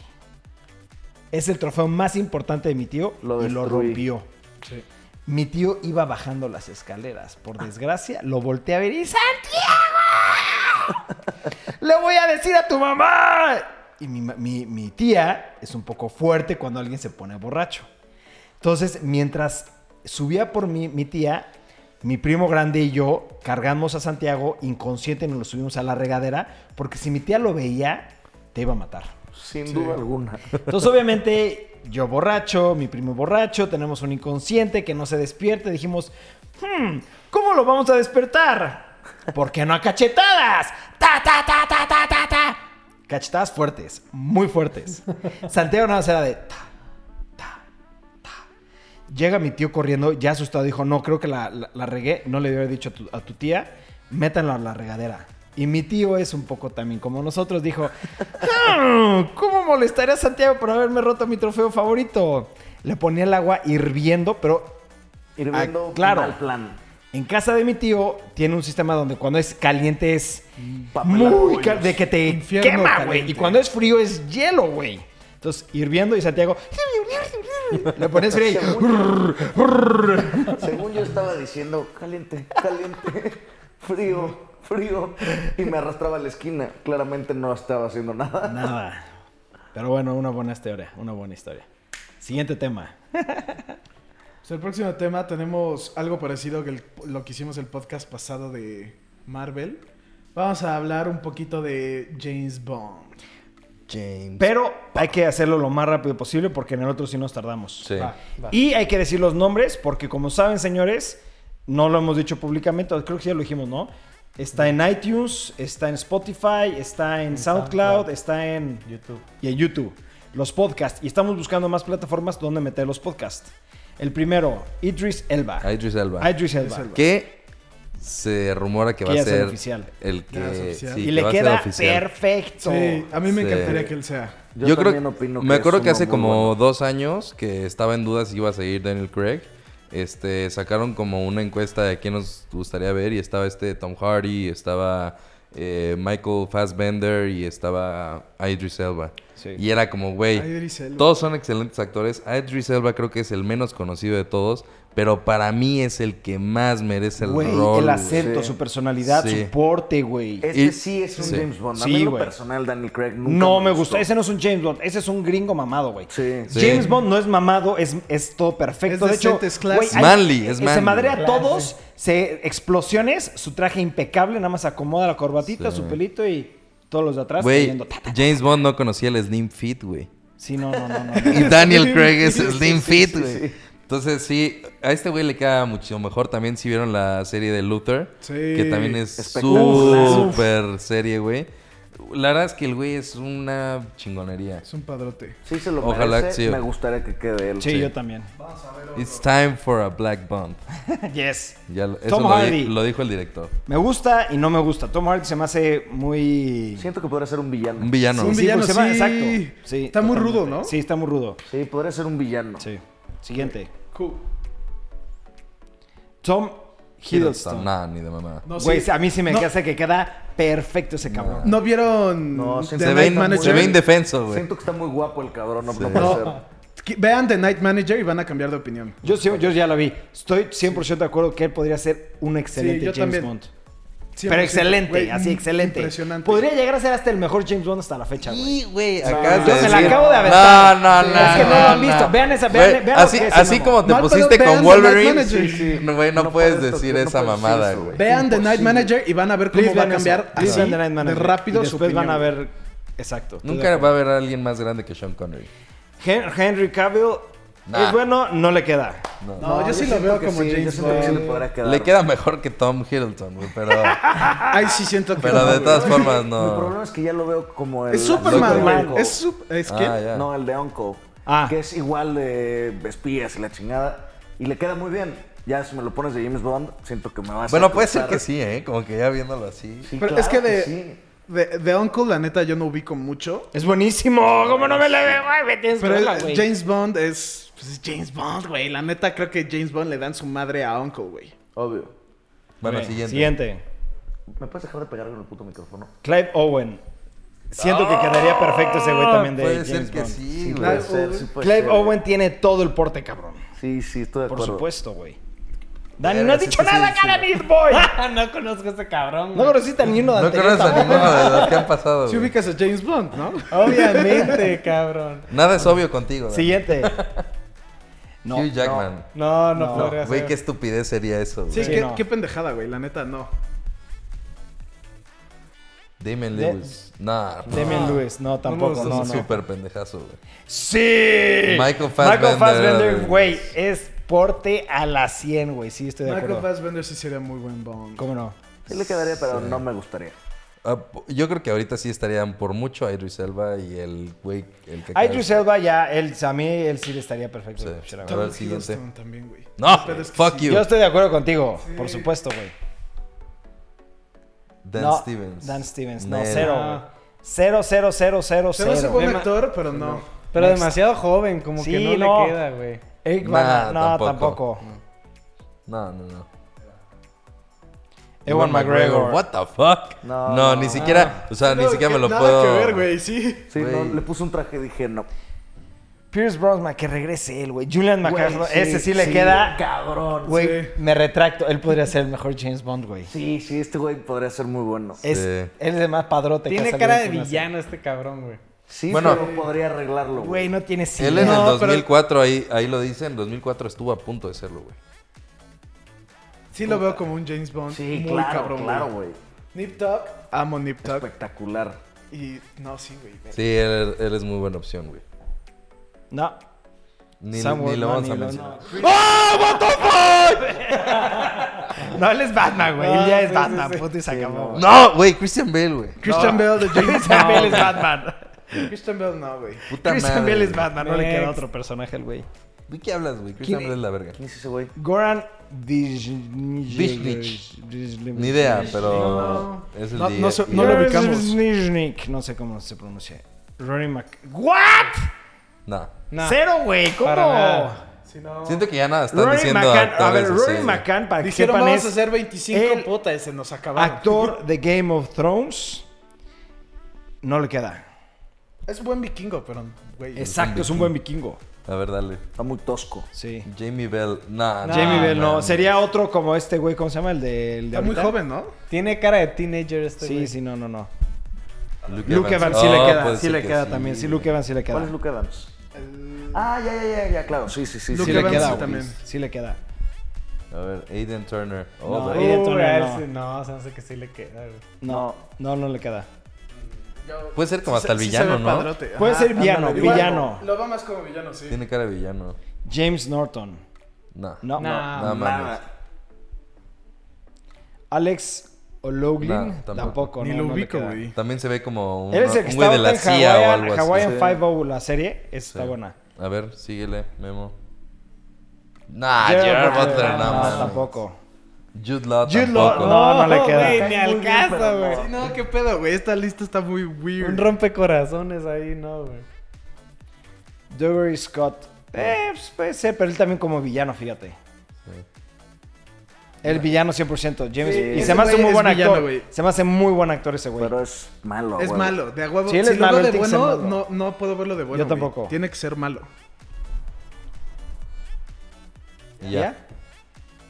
Speaker 1: Es el trofeo más importante de mi tío
Speaker 4: Lo
Speaker 1: y lo
Speaker 4: destruí.
Speaker 1: rompió. Mi tío iba bajando las escaleras. Por desgracia, lo volteé a ver y ¡Santiago! ¡Le voy a decir a tu mamá! Y mi, ma- mi- mi tía es un poco fuerte cuando alguien se pone borracho. Entonces, mientras subía por mí, mi tía, mi primo grande y yo cargamos a Santiago inconsciente y nos lo subimos a la regadera porque si mi tía lo veía, te iba a matar.
Speaker 4: Sin duda alguna.
Speaker 1: Entonces, obviamente, yo borracho, mi primo borracho, tenemos un inconsciente que no se despierte. Dijimos, "Hmm, ¿cómo lo vamos a despertar? ¿Por qué no a cachetadas? ¡Ta, ta, ta, ta, ta, ta, ta! Cachetadas fuertes, muy fuertes. Santiago nada más era de ta, Llega mi tío corriendo, ya asustado, dijo, no, creo que la, la- la regué, no le hubiera dicho a tu, a tu tía, métanla a la regadera. Y mi tío es un poco también como nosotros, dijo, "Ah, ¿cómo molestaré a Santiago por haberme roto mi trofeo favorito? Le ponía el agua hirviendo, pero
Speaker 4: Hirviendo
Speaker 1: Ah, claro.
Speaker 4: mal plan.
Speaker 1: en casa de mi tío tiene un sistema donde cuando es caliente es
Speaker 4: Papel
Speaker 1: muy
Speaker 4: argollos.
Speaker 1: cal- de que te
Speaker 3: Infierno
Speaker 1: quema, güey.
Speaker 3: caliente.
Speaker 1: Y cuando es frío es hielo, güey. Entonces, hirviendo y Santiago le pones frío y
Speaker 4: Según yo estaba diciendo, caliente, caliente, frío, frío. Y me arrastraba a la esquina. Claramente no estaba haciendo nada.
Speaker 1: Nada. Pero bueno, una buena historia, una buena historia. Siguiente tema.
Speaker 3: Pues el próximo tema tenemos algo parecido que el- lo que hicimos el podcast pasado de Marvel. Vamos a hablar un poquito de James Bond.
Speaker 2: James.
Speaker 1: Pero hay que hacerlo lo más rápido posible porque en el otro sí nos tardamos.
Speaker 2: Sí.
Speaker 3: Va, va.
Speaker 1: Y hay que decir los nombres porque como saben, señores, no lo hemos dicho públicamente, creo que ya lo dijimos, ¿no? Está en iTunes, está en Spotify, está en, SoundCloud,
Speaker 5: SoundCloud.
Speaker 1: está en
Speaker 5: YouTube.
Speaker 1: y en YouTube. Los podcasts. Y estamos buscando más plataformas donde meter los podcasts. El primero, Idris Elba.
Speaker 2: Idris Elba.
Speaker 1: Idris Elba.
Speaker 2: Que se rumora que va
Speaker 1: Que
Speaker 2: a
Speaker 1: ya sea
Speaker 2: ser
Speaker 1: oficial.
Speaker 2: el que
Speaker 3: Ya es oficial.
Speaker 2: sí,
Speaker 1: y
Speaker 2: que
Speaker 1: le
Speaker 2: va a ser
Speaker 1: queda
Speaker 2: oficial.
Speaker 1: perfecto.
Speaker 3: Sí, a mí me
Speaker 2: Sí.
Speaker 3: encantaría que él sea.
Speaker 2: Yo, creo
Speaker 4: también opino
Speaker 2: me acuerdo
Speaker 4: es
Speaker 2: que
Speaker 4: uno
Speaker 2: hace
Speaker 4: muy
Speaker 2: como
Speaker 4: bueno.
Speaker 2: dos años que estaba en duda si iba a seguir Daniel Craig. Este, sacaron como una encuesta de quién nos gustaría ver y estaba este Tom Hardy, estaba eh, Michael Fassbender y estaba Idris Elba.
Speaker 1: Sí.
Speaker 2: Y era como, güey,
Speaker 3: Idris Elba.
Speaker 2: todos son excelentes actores. Idris Elba creo que es el menos conocido de todos, pero para mí es el que más merece el
Speaker 1: Güey,
Speaker 2: rol.
Speaker 1: el
Speaker 2: güey.
Speaker 1: acento,
Speaker 4: Sí.
Speaker 1: su personalidad,
Speaker 2: Sí.
Speaker 1: su porte, güey.
Speaker 4: Este
Speaker 2: Y-
Speaker 4: sí es un
Speaker 2: sí.
Speaker 4: James Bond. A
Speaker 1: Sí,
Speaker 4: mí en lo
Speaker 1: güey.
Speaker 4: personal, Daniel Craig nunca
Speaker 1: No me gustó. Ese no es un James Bond. Ese es un gringo mamado, güey.
Speaker 4: Sí.
Speaker 2: Sí.
Speaker 1: James Bond no es mamado, es, es todo perfecto.
Speaker 3: Es
Speaker 1: de hecho,
Speaker 3: decente, es
Speaker 1: güey,
Speaker 3: classy.
Speaker 1: hay-
Speaker 2: Manly, es
Speaker 1: eh, Se
Speaker 2: manly.
Speaker 1: madrea a
Speaker 5: Classy.
Speaker 1: todos, se explosiones, su traje impecable, nada más acomoda la corbatita,
Speaker 2: Sí.
Speaker 1: su pelito y todos los de atrás
Speaker 2: Güey,
Speaker 1: cayendo, ta, ta.
Speaker 2: James Bond no conocía el Slim Fit, güey.
Speaker 1: Sí, no, no, no, no.
Speaker 2: Y Daniel Craig es Slim Fit,
Speaker 4: sí,
Speaker 2: güey.
Speaker 4: sí.
Speaker 2: Entonces, sí, a este güey le queda mucho mejor. También si vieron la serie de Luther,
Speaker 3: Sí.
Speaker 2: que también es
Speaker 4: Espectacular.
Speaker 2: súper serie, güey. La verdad es que el güey es una chingonería.
Speaker 3: Es un padrote.
Speaker 4: Sí, se lo
Speaker 2: Ojalá
Speaker 4: merece.
Speaker 2: sí.
Speaker 4: Me gustaría que quede él.
Speaker 1: Sí, yo también.
Speaker 2: It's time for a Black Bond.
Speaker 1: Yes.
Speaker 2: Ya lo- eso
Speaker 1: Tom
Speaker 2: lo, di-
Speaker 1: Hardy.
Speaker 2: lo dijo el director.
Speaker 1: Me gusta y no me gusta. Tom Hardy se me hace muy...
Speaker 4: Siento que podría ser un villano.
Speaker 2: Un villano.
Speaker 3: Un
Speaker 1: Sí,
Speaker 3: villano,
Speaker 1: porque se va-
Speaker 3: sí.
Speaker 1: Exacto. Sí,
Speaker 3: Está muy
Speaker 1: totalmente.
Speaker 3: rudo, ¿no?
Speaker 1: Sí, está muy rudo.
Speaker 4: Sí, podría ser un villano.
Speaker 1: Sí. Siguiente.
Speaker 3: Cool.
Speaker 1: Tom Hiddleston.
Speaker 2: Nah, ni de mamá.
Speaker 3: No,
Speaker 1: Güey,
Speaker 3: sí.
Speaker 1: a mí sí me
Speaker 3: No.
Speaker 1: hace que queda perfecto ese cabrón.
Speaker 3: ¿No vieron
Speaker 4: No, se
Speaker 3: The
Speaker 2: se, ve
Speaker 3: Night
Speaker 2: in-
Speaker 3: Manager?
Speaker 2: se ve indefenso, güey.
Speaker 4: Siento que está muy guapo el cabrón. No, no puede
Speaker 3: No.
Speaker 4: ser.
Speaker 3: Que- Vean The Night Manager y van a cambiar de opinión.
Speaker 1: Yo, sí- yo ya la vi. Estoy 100% de acuerdo que él podría ser un excelente
Speaker 3: Sí, yo
Speaker 1: James
Speaker 3: también.
Speaker 1: Bond. Pero
Speaker 3: 100%,
Speaker 1: excelente,
Speaker 3: güey,
Speaker 1: así excelente.
Speaker 3: Impresionante.
Speaker 1: Podría llegar a ser hasta el mejor James Bond hasta la fecha, güey.
Speaker 2: güey,
Speaker 1: Yo
Speaker 2: acabas de
Speaker 1: me la
Speaker 2: decir-
Speaker 1: acabo de aventar.
Speaker 2: No, no, no.
Speaker 1: Es que no lo han visto.
Speaker 2: no.
Speaker 1: Vean esa- vean-
Speaker 2: Güey,
Speaker 1: vean lo
Speaker 2: así
Speaker 1: que es,
Speaker 2: así
Speaker 1: mamá.
Speaker 2: como te
Speaker 3: Mal, pero
Speaker 2: pusiste
Speaker 3: vean
Speaker 2: con
Speaker 3: The Night
Speaker 2: Wolverine,
Speaker 3: Manager.
Speaker 2: sí, no, güey, no, puedes
Speaker 4: puedes
Speaker 2: decir
Speaker 4: tocar- no
Speaker 2: esa
Speaker 4: puedes decir
Speaker 2: mamada,
Speaker 4: eso,
Speaker 2: güey.
Speaker 3: Vean The Night
Speaker 4: Imposible.
Speaker 3: Manager y van a ver cómo
Speaker 1: Please
Speaker 3: va a
Speaker 1: vean eso.
Speaker 3: cambiar
Speaker 1: Please
Speaker 3: así,
Speaker 1: vean The Night Manager.
Speaker 3: de rápido
Speaker 1: Y
Speaker 3: su
Speaker 1: después van
Speaker 3: opinión.
Speaker 1: a ver. Exacto. estoy de
Speaker 2: Nunca
Speaker 1: acuerdo.
Speaker 2: va a haber a alguien más grande que Sean Connery.
Speaker 1: Hen- Henry Cavill
Speaker 2: Nah.
Speaker 1: es bueno, no le queda.
Speaker 2: No.
Speaker 3: No, yo, sí lo
Speaker 4: siento
Speaker 3: veo
Speaker 4: que
Speaker 3: como
Speaker 4: sí, yo
Speaker 3: James
Speaker 4: siento que sí le
Speaker 3: Bond.
Speaker 4: podrá quedar.
Speaker 2: Le queda mejor que Tom Hiddleston, güey, pero,
Speaker 3: Ay, sí siento que
Speaker 2: pero
Speaker 3: no,
Speaker 2: de
Speaker 3: güey.
Speaker 2: todas formas
Speaker 4: Mi
Speaker 2: no.
Speaker 4: problema es que ya lo veo como el.
Speaker 3: Es Superman,
Speaker 1: Superman.
Speaker 3: güey. Es, sup- es que...
Speaker 2: Ah, ya.
Speaker 4: No, el de Onco.
Speaker 1: Ah.
Speaker 4: Que es igual de espías y la chingada. Y le queda muy bien. Ya si me lo pones de James Bond, siento que me vas a.
Speaker 2: Bueno, puede ser
Speaker 4: cruzar.
Speaker 2: que sí, ¿eh? Como que ya viéndolo así.
Speaker 4: Sí,
Speaker 3: Pero
Speaker 4: claro
Speaker 3: es que de,
Speaker 4: sí.
Speaker 3: de, de Uncle, la neta, yo no ubico mucho.
Speaker 1: Es buenísimo. ¿Cómo no me le veo? Ay, me tienes que
Speaker 3: Pero
Speaker 1: verla,
Speaker 3: es-
Speaker 1: güey.
Speaker 3: James Bond es, pues, es James Bond, güey. La neta, creo que James Bond le dan su madre a Uncle, güey.
Speaker 4: Obvio.
Speaker 2: Bueno,
Speaker 1: Bien,
Speaker 2: siguiente.
Speaker 1: Siguiente.
Speaker 4: ¿Me puedes dejar de pegar con el puto micrófono?
Speaker 1: Clive Owen. Siento que quedaría perfecto ese güey también de
Speaker 2: Puede
Speaker 1: James
Speaker 2: ser que
Speaker 1: Bond.
Speaker 2: sí, güey.
Speaker 4: puede ser, sí puede
Speaker 1: Clive
Speaker 4: ser.
Speaker 1: Owen tiene todo el porte, cabrón.
Speaker 4: Sí, sí, estoy de
Speaker 1: Por
Speaker 4: acuerdo.
Speaker 1: supuesto, güey. Dani,
Speaker 2: Verga,
Speaker 1: no has
Speaker 2: sí,
Speaker 1: dicho
Speaker 2: sí,
Speaker 1: nada,
Speaker 2: sí,
Speaker 1: cara,
Speaker 2: sí.
Speaker 1: boy.
Speaker 5: no conozco a este cabrón.
Speaker 1: No
Speaker 5: güey.
Speaker 1: conociste a ninguno de
Speaker 2: No
Speaker 1: anterior,
Speaker 2: conoces a
Speaker 1: tampoco.
Speaker 2: ninguno de los que han pasado,
Speaker 3: Si
Speaker 2: güey.
Speaker 3: ubicas a James Bond, ¿no?
Speaker 5: Obviamente, cabrón.
Speaker 2: Nada es obvio contigo, güey.
Speaker 1: Siguiente. No.
Speaker 2: Hugh Jackman.
Speaker 5: No, no,
Speaker 1: No,
Speaker 5: podría
Speaker 2: Güey,
Speaker 5: ser.
Speaker 2: qué estupidez sería eso,
Speaker 3: Sí,
Speaker 2: güey.
Speaker 1: Sí,
Speaker 3: qué,
Speaker 1: no.
Speaker 3: qué pendejada, güey. La neta, no.
Speaker 2: Damon
Speaker 1: De-
Speaker 2: Lewis. Nah, no.
Speaker 1: Demian Lewis, no, tampoco,
Speaker 2: Es
Speaker 1: no,
Speaker 2: un
Speaker 1: no.
Speaker 2: súper pendejazo, güey.
Speaker 1: ¡Sí!
Speaker 2: Eh, Michael Fassbender. eh,
Speaker 1: Michael Fassbender, güey, es porte a la 100, güey. Sí, estoy de
Speaker 3: Michael
Speaker 1: acuerdo.
Speaker 3: Fassbender sí sería muy buen Bond.
Speaker 1: ¿Cómo no?
Speaker 4: Sí le quedaría, pero no me gustaría.
Speaker 2: Ah, po- yo creo que ahorita sí estarían por mucho Idris Elba y el güey, el que acaba de-
Speaker 1: Idris Elba ya, él, a mí él sí le estaría perfecto.
Speaker 2: Sí.
Speaker 1: de Shira, güey.
Speaker 2: A ver,
Speaker 3: Tom
Speaker 2: siguiente.
Speaker 3: Hiddleston también, güey.
Speaker 2: No,
Speaker 3: El pedo es que
Speaker 2: fuck
Speaker 3: sí.
Speaker 2: you.
Speaker 1: Yo estoy de acuerdo contigo, por supuesto, güey.
Speaker 2: Dan
Speaker 1: No,
Speaker 2: Stevens.
Speaker 1: Dan Stevens, no,
Speaker 2: Nel.
Speaker 1: cero, güey. Cero, cero, cero, cero,
Speaker 3: Se me hace
Speaker 1: cero.
Speaker 3: buen
Speaker 5: Emma-
Speaker 3: actor, pero no.
Speaker 5: Pero
Speaker 1: Next.
Speaker 5: demasiado joven, como
Speaker 1: Sí,
Speaker 5: que no,
Speaker 1: no.
Speaker 5: le queda, güey.
Speaker 1: Eric
Speaker 2: Nah,
Speaker 1: Bana- no,
Speaker 2: tampoco.
Speaker 1: tampoco.
Speaker 2: No, no, no.
Speaker 1: Ewan McGregor.
Speaker 2: What the fuck? No,
Speaker 4: No,
Speaker 2: ni
Speaker 4: no.
Speaker 2: siquiera, o sea, ni
Speaker 3: No,
Speaker 2: siquiera me
Speaker 3: que-
Speaker 2: lo
Speaker 3: nada
Speaker 2: puedo.
Speaker 3: que ver, güey, sí.
Speaker 4: Sí, no,
Speaker 2: Güey.
Speaker 4: le puse un traje y dije, no.
Speaker 1: Pierce Brosnan, que regrese él, güey. Julian McCartney,
Speaker 4: Güey,
Speaker 1: ese sí le queda.
Speaker 4: Cabrón.
Speaker 1: Güey,
Speaker 3: sí.
Speaker 1: me retracto. Él podría ser el mejor James Bond, güey.
Speaker 4: Sí, sí, este güey podría ser muy bueno.
Speaker 3: Eh,
Speaker 1: Es, Él es el más padrote. que ha
Speaker 5: Tiene
Speaker 1: salido en
Speaker 5: cara de
Speaker 1: una serie.
Speaker 5: villano este cabrón, güey.
Speaker 4: Sí,
Speaker 2: Bueno.
Speaker 4: pero podría arreglarlo,
Speaker 1: Güey,
Speaker 4: güey.
Speaker 1: no tiene sí.
Speaker 2: Él en
Speaker 3: No,
Speaker 2: el
Speaker 3: pero-
Speaker 2: 2004, ahí, ahí lo dice, en 2004 estuvo a punto de serlo, güey.
Speaker 3: Sí lo veo como un James Bond.
Speaker 4: Sí,
Speaker 3: muy
Speaker 4: claro,
Speaker 3: cabrón,
Speaker 4: claro, güey.
Speaker 3: Nip Tuck. Amo Nip Tuck.
Speaker 4: Espectacular.
Speaker 3: Y no, sí, güey.
Speaker 2: Sí, él, él es muy buena opción, güey.
Speaker 1: No.
Speaker 2: Ni,
Speaker 1: Sam
Speaker 2: ni
Speaker 1: Worthman,
Speaker 2: lo vamos
Speaker 1: ni
Speaker 2: a
Speaker 1: lo-
Speaker 2: mencionar.
Speaker 1: No, él es Batman, güey. Él ya es Batman, puto, y se acabó. güey.
Speaker 2: No, güey, Christian Bale, güey.
Speaker 3: Christian Bale de James
Speaker 1: Christian Bale es
Speaker 3: Bond.
Speaker 1: Batman.
Speaker 3: Christian Bale no, güey.
Speaker 2: Puta
Speaker 1: Christian
Speaker 2: madre.
Speaker 1: Bale es
Speaker 2: güey.
Speaker 1: Batman, no le queda
Speaker 5: Next.
Speaker 1: otro personaje al güey.
Speaker 2: ¿De qué hablas, güey? Christian Bale es la verga.
Speaker 4: ¿Quién es ese güey?
Speaker 1: Goran Vishnich.
Speaker 2: Vishnich. Ni idea, pero es el
Speaker 3: No-
Speaker 2: día.
Speaker 3: no sé-
Speaker 2: y-
Speaker 3: no lo- ubicamos.
Speaker 1: Vishnich, no sé cómo se pronuncia. Rory Mac. ¿What?
Speaker 2: No.
Speaker 5: No.
Speaker 1: Cero, güey. ¿Cómo?
Speaker 5: Para nada.
Speaker 3: Si no...
Speaker 2: Siento que ya nada están
Speaker 1: Rory
Speaker 2: diciendo
Speaker 1: McCann-
Speaker 2: actores
Speaker 1: a ver,
Speaker 2: así,
Speaker 1: Rory
Speaker 2: güey.
Speaker 1: McCann, para que
Speaker 3: Dijeron,
Speaker 1: sepan,
Speaker 3: vamos a
Speaker 1: Ah, es
Speaker 3: hacer 25,
Speaker 1: el
Speaker 3: puta, y se nos acabaron.
Speaker 1: actor de Game of Thrones. No le queda.
Speaker 3: Es buen vikingo, pero, güey.
Speaker 1: Exacto, es un buen vikingo.
Speaker 2: A ver, dale.
Speaker 4: Está muy tosco.
Speaker 1: Sí.
Speaker 2: Jamie Bell. Nah,
Speaker 1: Jamie Bell, no.
Speaker 2: man.
Speaker 1: Sería otro como este güey, ¿cómo se llama? El de, el de
Speaker 3: Está muy
Speaker 1: ahorita.
Speaker 3: joven, ¿no?
Speaker 5: Tiene cara de teenager este
Speaker 1: Sí,
Speaker 5: güey.
Speaker 1: sí, no, no, no. Luke Evans sí
Speaker 2: Oh,
Speaker 1: le queda,
Speaker 2: puede
Speaker 1: sí
Speaker 2: ser
Speaker 1: le
Speaker 2: que
Speaker 1: queda
Speaker 2: sí,
Speaker 1: también. Sí,
Speaker 2: güey.
Speaker 1: Luke Evans sí le queda.
Speaker 4: ¿Cuál es Luke Evans? Ah, ya, ya, ya, ya, claro. Sí, sí,
Speaker 1: Sí
Speaker 4: sí.
Speaker 3: Luke
Speaker 4: sí.
Speaker 1: le
Speaker 3: Evans
Speaker 1: queda,
Speaker 3: sí
Speaker 1: güey.
Speaker 3: también.
Speaker 1: Sí le queda.
Speaker 2: A ver, Aiden Turner. Oh,
Speaker 1: No,
Speaker 2: güey.
Speaker 1: Aiden-
Speaker 5: Uh,
Speaker 1: Tony,
Speaker 5: a él
Speaker 1: no.
Speaker 5: sí- no, se me hace que sí le queda, güey.
Speaker 1: No, no, no le queda.
Speaker 2: Puede ser como hasta el
Speaker 3: Sí se- sí se
Speaker 2: villano,
Speaker 3: ve
Speaker 2: ¿no?
Speaker 3: padrote.
Speaker 1: Puede
Speaker 3: Ajá.
Speaker 1: ser villano,
Speaker 3: Igual,
Speaker 1: villano.
Speaker 3: Lo veo más como villano, sí.
Speaker 2: Tiene cara de villano.
Speaker 1: James Norton.
Speaker 2: Nah.
Speaker 1: No,
Speaker 5: Nah.
Speaker 2: No mames.
Speaker 4: Nada.
Speaker 1: Alex O'Loughlin.
Speaker 2: No, tampoco.
Speaker 1: tampoco.
Speaker 3: Ni
Speaker 1: no,
Speaker 3: lo
Speaker 1: no le
Speaker 3: ubico,
Speaker 1: queda.
Speaker 3: güey.
Speaker 2: También se ve como un,
Speaker 1: Él es el que
Speaker 2: un
Speaker 1: está
Speaker 2: güey de la
Speaker 1: ahorita en
Speaker 2: CIA o
Speaker 1: Hawaiian,
Speaker 2: algo así.
Speaker 1: Hawaiian
Speaker 2: Sí.
Speaker 1: Five-O, la serie. Esa está
Speaker 2: Sí.
Speaker 1: buena.
Speaker 2: A ver, síguele, Memo. Nah,
Speaker 1: Gerard
Speaker 2: Ah, Gerard Butler,
Speaker 1: Butler,
Speaker 2: no,
Speaker 1: no,
Speaker 2: mames.
Speaker 1: tampoco.
Speaker 2: Jude Law
Speaker 1: Jude Law,
Speaker 2: tampoco.
Speaker 1: no. le queda.
Speaker 5: güey, ni al
Speaker 4: Muy bien,
Speaker 5: caso,
Speaker 4: pero
Speaker 5: güey.
Speaker 3: Sí, no, qué pedo, güey. Esta lista está muy
Speaker 5: Un
Speaker 3: weird.
Speaker 5: rompecorazones ahí, no, güey.
Speaker 1: Dougherty Scott. Eh, pues, puede ser, pero él también como villano, fíjate. El villano 100%, James.
Speaker 3: Sí,
Speaker 1: y
Speaker 3: ese
Speaker 1: se me hace
Speaker 3: güey
Speaker 1: muy
Speaker 3: es
Speaker 1: buen
Speaker 3: villano,
Speaker 1: actor.
Speaker 3: güey.
Speaker 1: Se me hace muy buen actor ese güey.
Speaker 4: Pero es malo,
Speaker 3: Es
Speaker 4: güey.
Speaker 3: malo, de a huevo.
Speaker 1: Sí, él
Speaker 3: si
Speaker 1: es
Speaker 3: lo
Speaker 1: malo,
Speaker 3: veo
Speaker 1: él
Speaker 3: de
Speaker 1: tiene que ser
Speaker 3: bueno,
Speaker 1: malo.
Speaker 3: no, no puedo verlo de bueno.
Speaker 1: Yo
Speaker 3: güey.
Speaker 1: tampoco.
Speaker 3: Tiene que ser malo.
Speaker 2: Y
Speaker 1: ¿Ya?
Speaker 2: ya.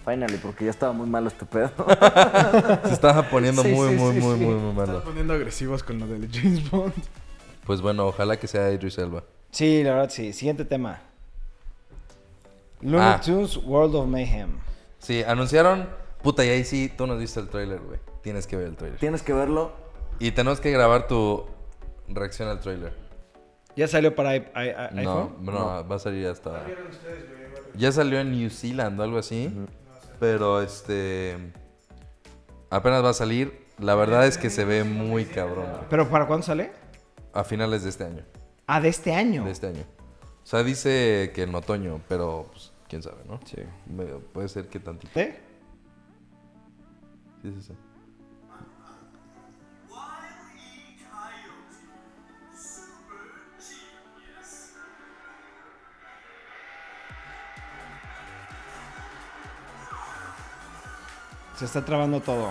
Speaker 4: Finally, porque ya estaba muy malo este pedo.
Speaker 2: Se estaba poniendo
Speaker 4: Sí,
Speaker 2: muy,
Speaker 4: sí,
Speaker 2: muy,
Speaker 4: sí,
Speaker 2: muy,
Speaker 4: sí.
Speaker 2: muy, muy
Speaker 3: Están
Speaker 2: malo.
Speaker 3: poniendo agresivos con lo del James Bond.
Speaker 2: Pues bueno, ojalá que sea Idris Elba.
Speaker 1: Sí, la verdad, sí. Siguiente tema. Looney
Speaker 2: Ah.
Speaker 1: Tunes World of Mayhem.
Speaker 2: Sí, anunciaron. Puta, y ahí sí, tú nos viste el tráiler, güey. Tienes que ver el tráiler.
Speaker 4: Tienes que verlo.
Speaker 2: Y tenemos que grabar tu reacción al tráiler.
Speaker 1: ¿Ya salió para i- i- i-
Speaker 2: No,
Speaker 1: iPhone?
Speaker 2: no, va a salir hasta. Ya salió en New Zealand o algo así. Pero este. Apenas va a salir. La verdad es que se ve muy cabrón. güey.
Speaker 1: ¿Pero para cuándo sale?
Speaker 2: A finales de este año.
Speaker 1: Ah, de este año.
Speaker 2: De este año. O sea, dice que en otoño, pero pues, quién sabe, ¿no?
Speaker 1: Sí.
Speaker 2: Medio- Puede ser que tantito.
Speaker 1: ¿Eh?
Speaker 2: Sí, sí, sí.
Speaker 1: Se está trabando todo.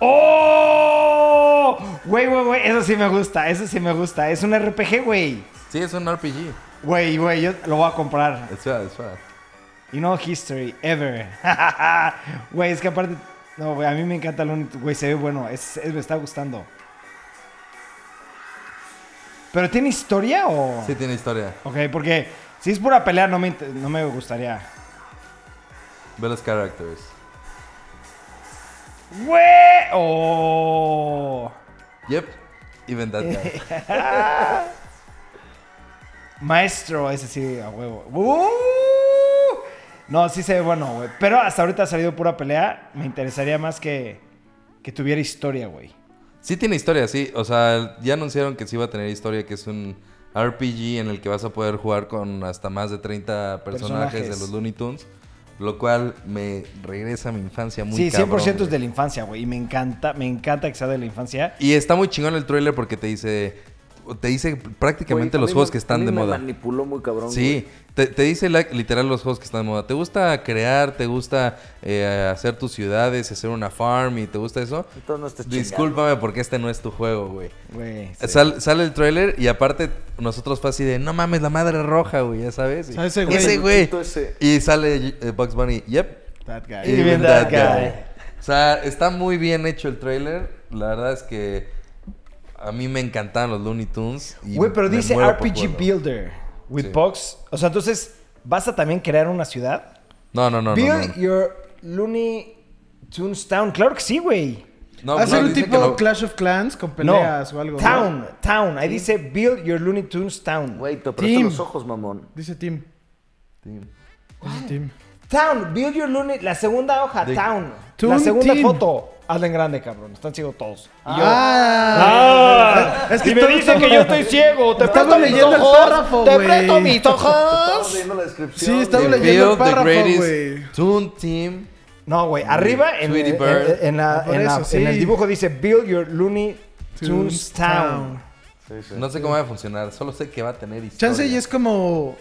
Speaker 1: ¡Oh! Güey, güey, güey. Eso sí me gusta. Eso sí me gusta. Es un RPG, güey.
Speaker 2: Sí, es un RPG.
Speaker 1: Güey, güey, yo lo voy a comprar.
Speaker 2: Espera, espera.
Speaker 1: Y no history, ever. Güey, es que aparte. No, güey, a mí me encanta Looney Tunes. Güey, se ve bueno. es- es- me está gustando. ¿Pero tiene historia o.?
Speaker 2: Sí, tiene historia.
Speaker 1: Ok, porque si es pura pelea, no me, inter- no me gustaría.
Speaker 2: Ve los characters.
Speaker 1: ¡Güey! ¡Oh!
Speaker 2: Yep. Even that guy.
Speaker 1: Maestro, ese sí, a huevo. ¡Uh! No, sí se ve bueno, güey. Pero hasta ahorita ha salido pura pelea. Me interesaría más que, que tuviera historia, güey.
Speaker 2: Sí tiene historia, sí. O sea, ya anunciaron que sí va a tener historia, que es un RPG en el que vas a poder jugar con hasta más de 30 personajes,
Speaker 1: Personajes.
Speaker 2: de los Looney Tunes. Lo cual me regresa a mi infancia muy
Speaker 1: Sí, 100%
Speaker 2: cabrón,
Speaker 1: es
Speaker 2: güey.
Speaker 1: de la infancia, güey. Y me encanta, me encanta que sea de la infancia.
Speaker 2: Y está muy chingón el trailer porque te dice... Te dice prácticamente
Speaker 4: Güey, a
Speaker 2: los
Speaker 4: mí
Speaker 2: juegos
Speaker 4: me-
Speaker 2: que
Speaker 4: a
Speaker 2: están
Speaker 4: mí
Speaker 2: de
Speaker 4: me
Speaker 2: moda.
Speaker 4: manipuló muy cabrón.
Speaker 2: Sí,
Speaker 4: güey.
Speaker 2: te, te dice la- literal los juegos que están de moda. ¿Te gusta crear? ¿Te gusta eh, hacer tus ciudades, hacer una farm y te gusta eso?
Speaker 4: Entonces no estés chingando.
Speaker 2: Discúlpame porque este no es tu juego, güey.
Speaker 1: Güey.
Speaker 2: Sal- sale el tráiler y aparte nosotros fue así de, no mames, la madre roja, güey, ya sabes.
Speaker 3: sea, ese güey.
Speaker 2: güey.
Speaker 4: Todo ese.
Speaker 2: Y sale eh, Bugs Bunny, yep.
Speaker 3: That guy.
Speaker 1: Even that guy.
Speaker 2: O sea, está muy bien hecho el tráiler. La verdad es que a mí me encantaban los Looney Tunes. y
Speaker 1: Güey, pero
Speaker 2: me
Speaker 1: dice
Speaker 2: muero por
Speaker 1: RPG
Speaker 2: jugarlo.
Speaker 1: Builder with
Speaker 2: Sí.
Speaker 1: Box. O sea, entonces, ¿vas a también crear una ciudad?
Speaker 2: No, no, no, no, no.
Speaker 1: Build your Looney Tunes Town. Claro que sí, güey.
Speaker 2: No,
Speaker 3: Hacer
Speaker 2: no,
Speaker 3: un
Speaker 2: dice
Speaker 3: tipo
Speaker 2: que lo-
Speaker 3: Clash of Clans con
Speaker 1: No.
Speaker 3: peleas o algo. ¿no?
Speaker 1: Town, town. Ahí dice Build your Looney Tunes Town.
Speaker 4: Güey, te apreté
Speaker 3: Tim.
Speaker 4: los ojos, mamón.
Speaker 3: Dice Tim. Dice Tim.
Speaker 1: Town, build your Looney. La segunda hoja,
Speaker 2: De-
Speaker 1: town. La
Speaker 3: Toon
Speaker 1: segunda
Speaker 3: Team.
Speaker 1: foto. Hazla en grande, cabrón. Están ciegos todos. Y yo-
Speaker 3: Ah.
Speaker 1: es que
Speaker 3: Y
Speaker 1: me
Speaker 3: todos
Speaker 1: dicen que
Speaker 3: son-
Speaker 1: yo estoy ciego. Te
Speaker 3: Estaba
Speaker 1: presto mis
Speaker 3: leyendo el
Speaker 1: ojos.
Speaker 3: párrafo,
Speaker 1: te
Speaker 3: güey.
Speaker 1: presto mis
Speaker 4: Estamos
Speaker 1: ojos.
Speaker 4: leyendo la descripción.
Speaker 3: Sí,
Speaker 4: güey.
Speaker 3: estaba
Speaker 2: The
Speaker 3: leyendo el
Speaker 2: Build, the
Speaker 3: párrafo,
Speaker 2: greatest
Speaker 3: güey.
Speaker 2: Toon Team.
Speaker 1: No, güey. Arriba en,
Speaker 2: Sweetie
Speaker 1: en-
Speaker 2: Bird.
Speaker 1: en- en la-
Speaker 3: Por
Speaker 1: en la-
Speaker 3: eso, sí.
Speaker 1: en el dibujo dice Build your Looney Tunes
Speaker 3: Toons
Speaker 1: Town.
Speaker 3: Town.
Speaker 2: No sé cómo va a funcionar, solo sé que va a tener historia.
Speaker 3: Chance y es como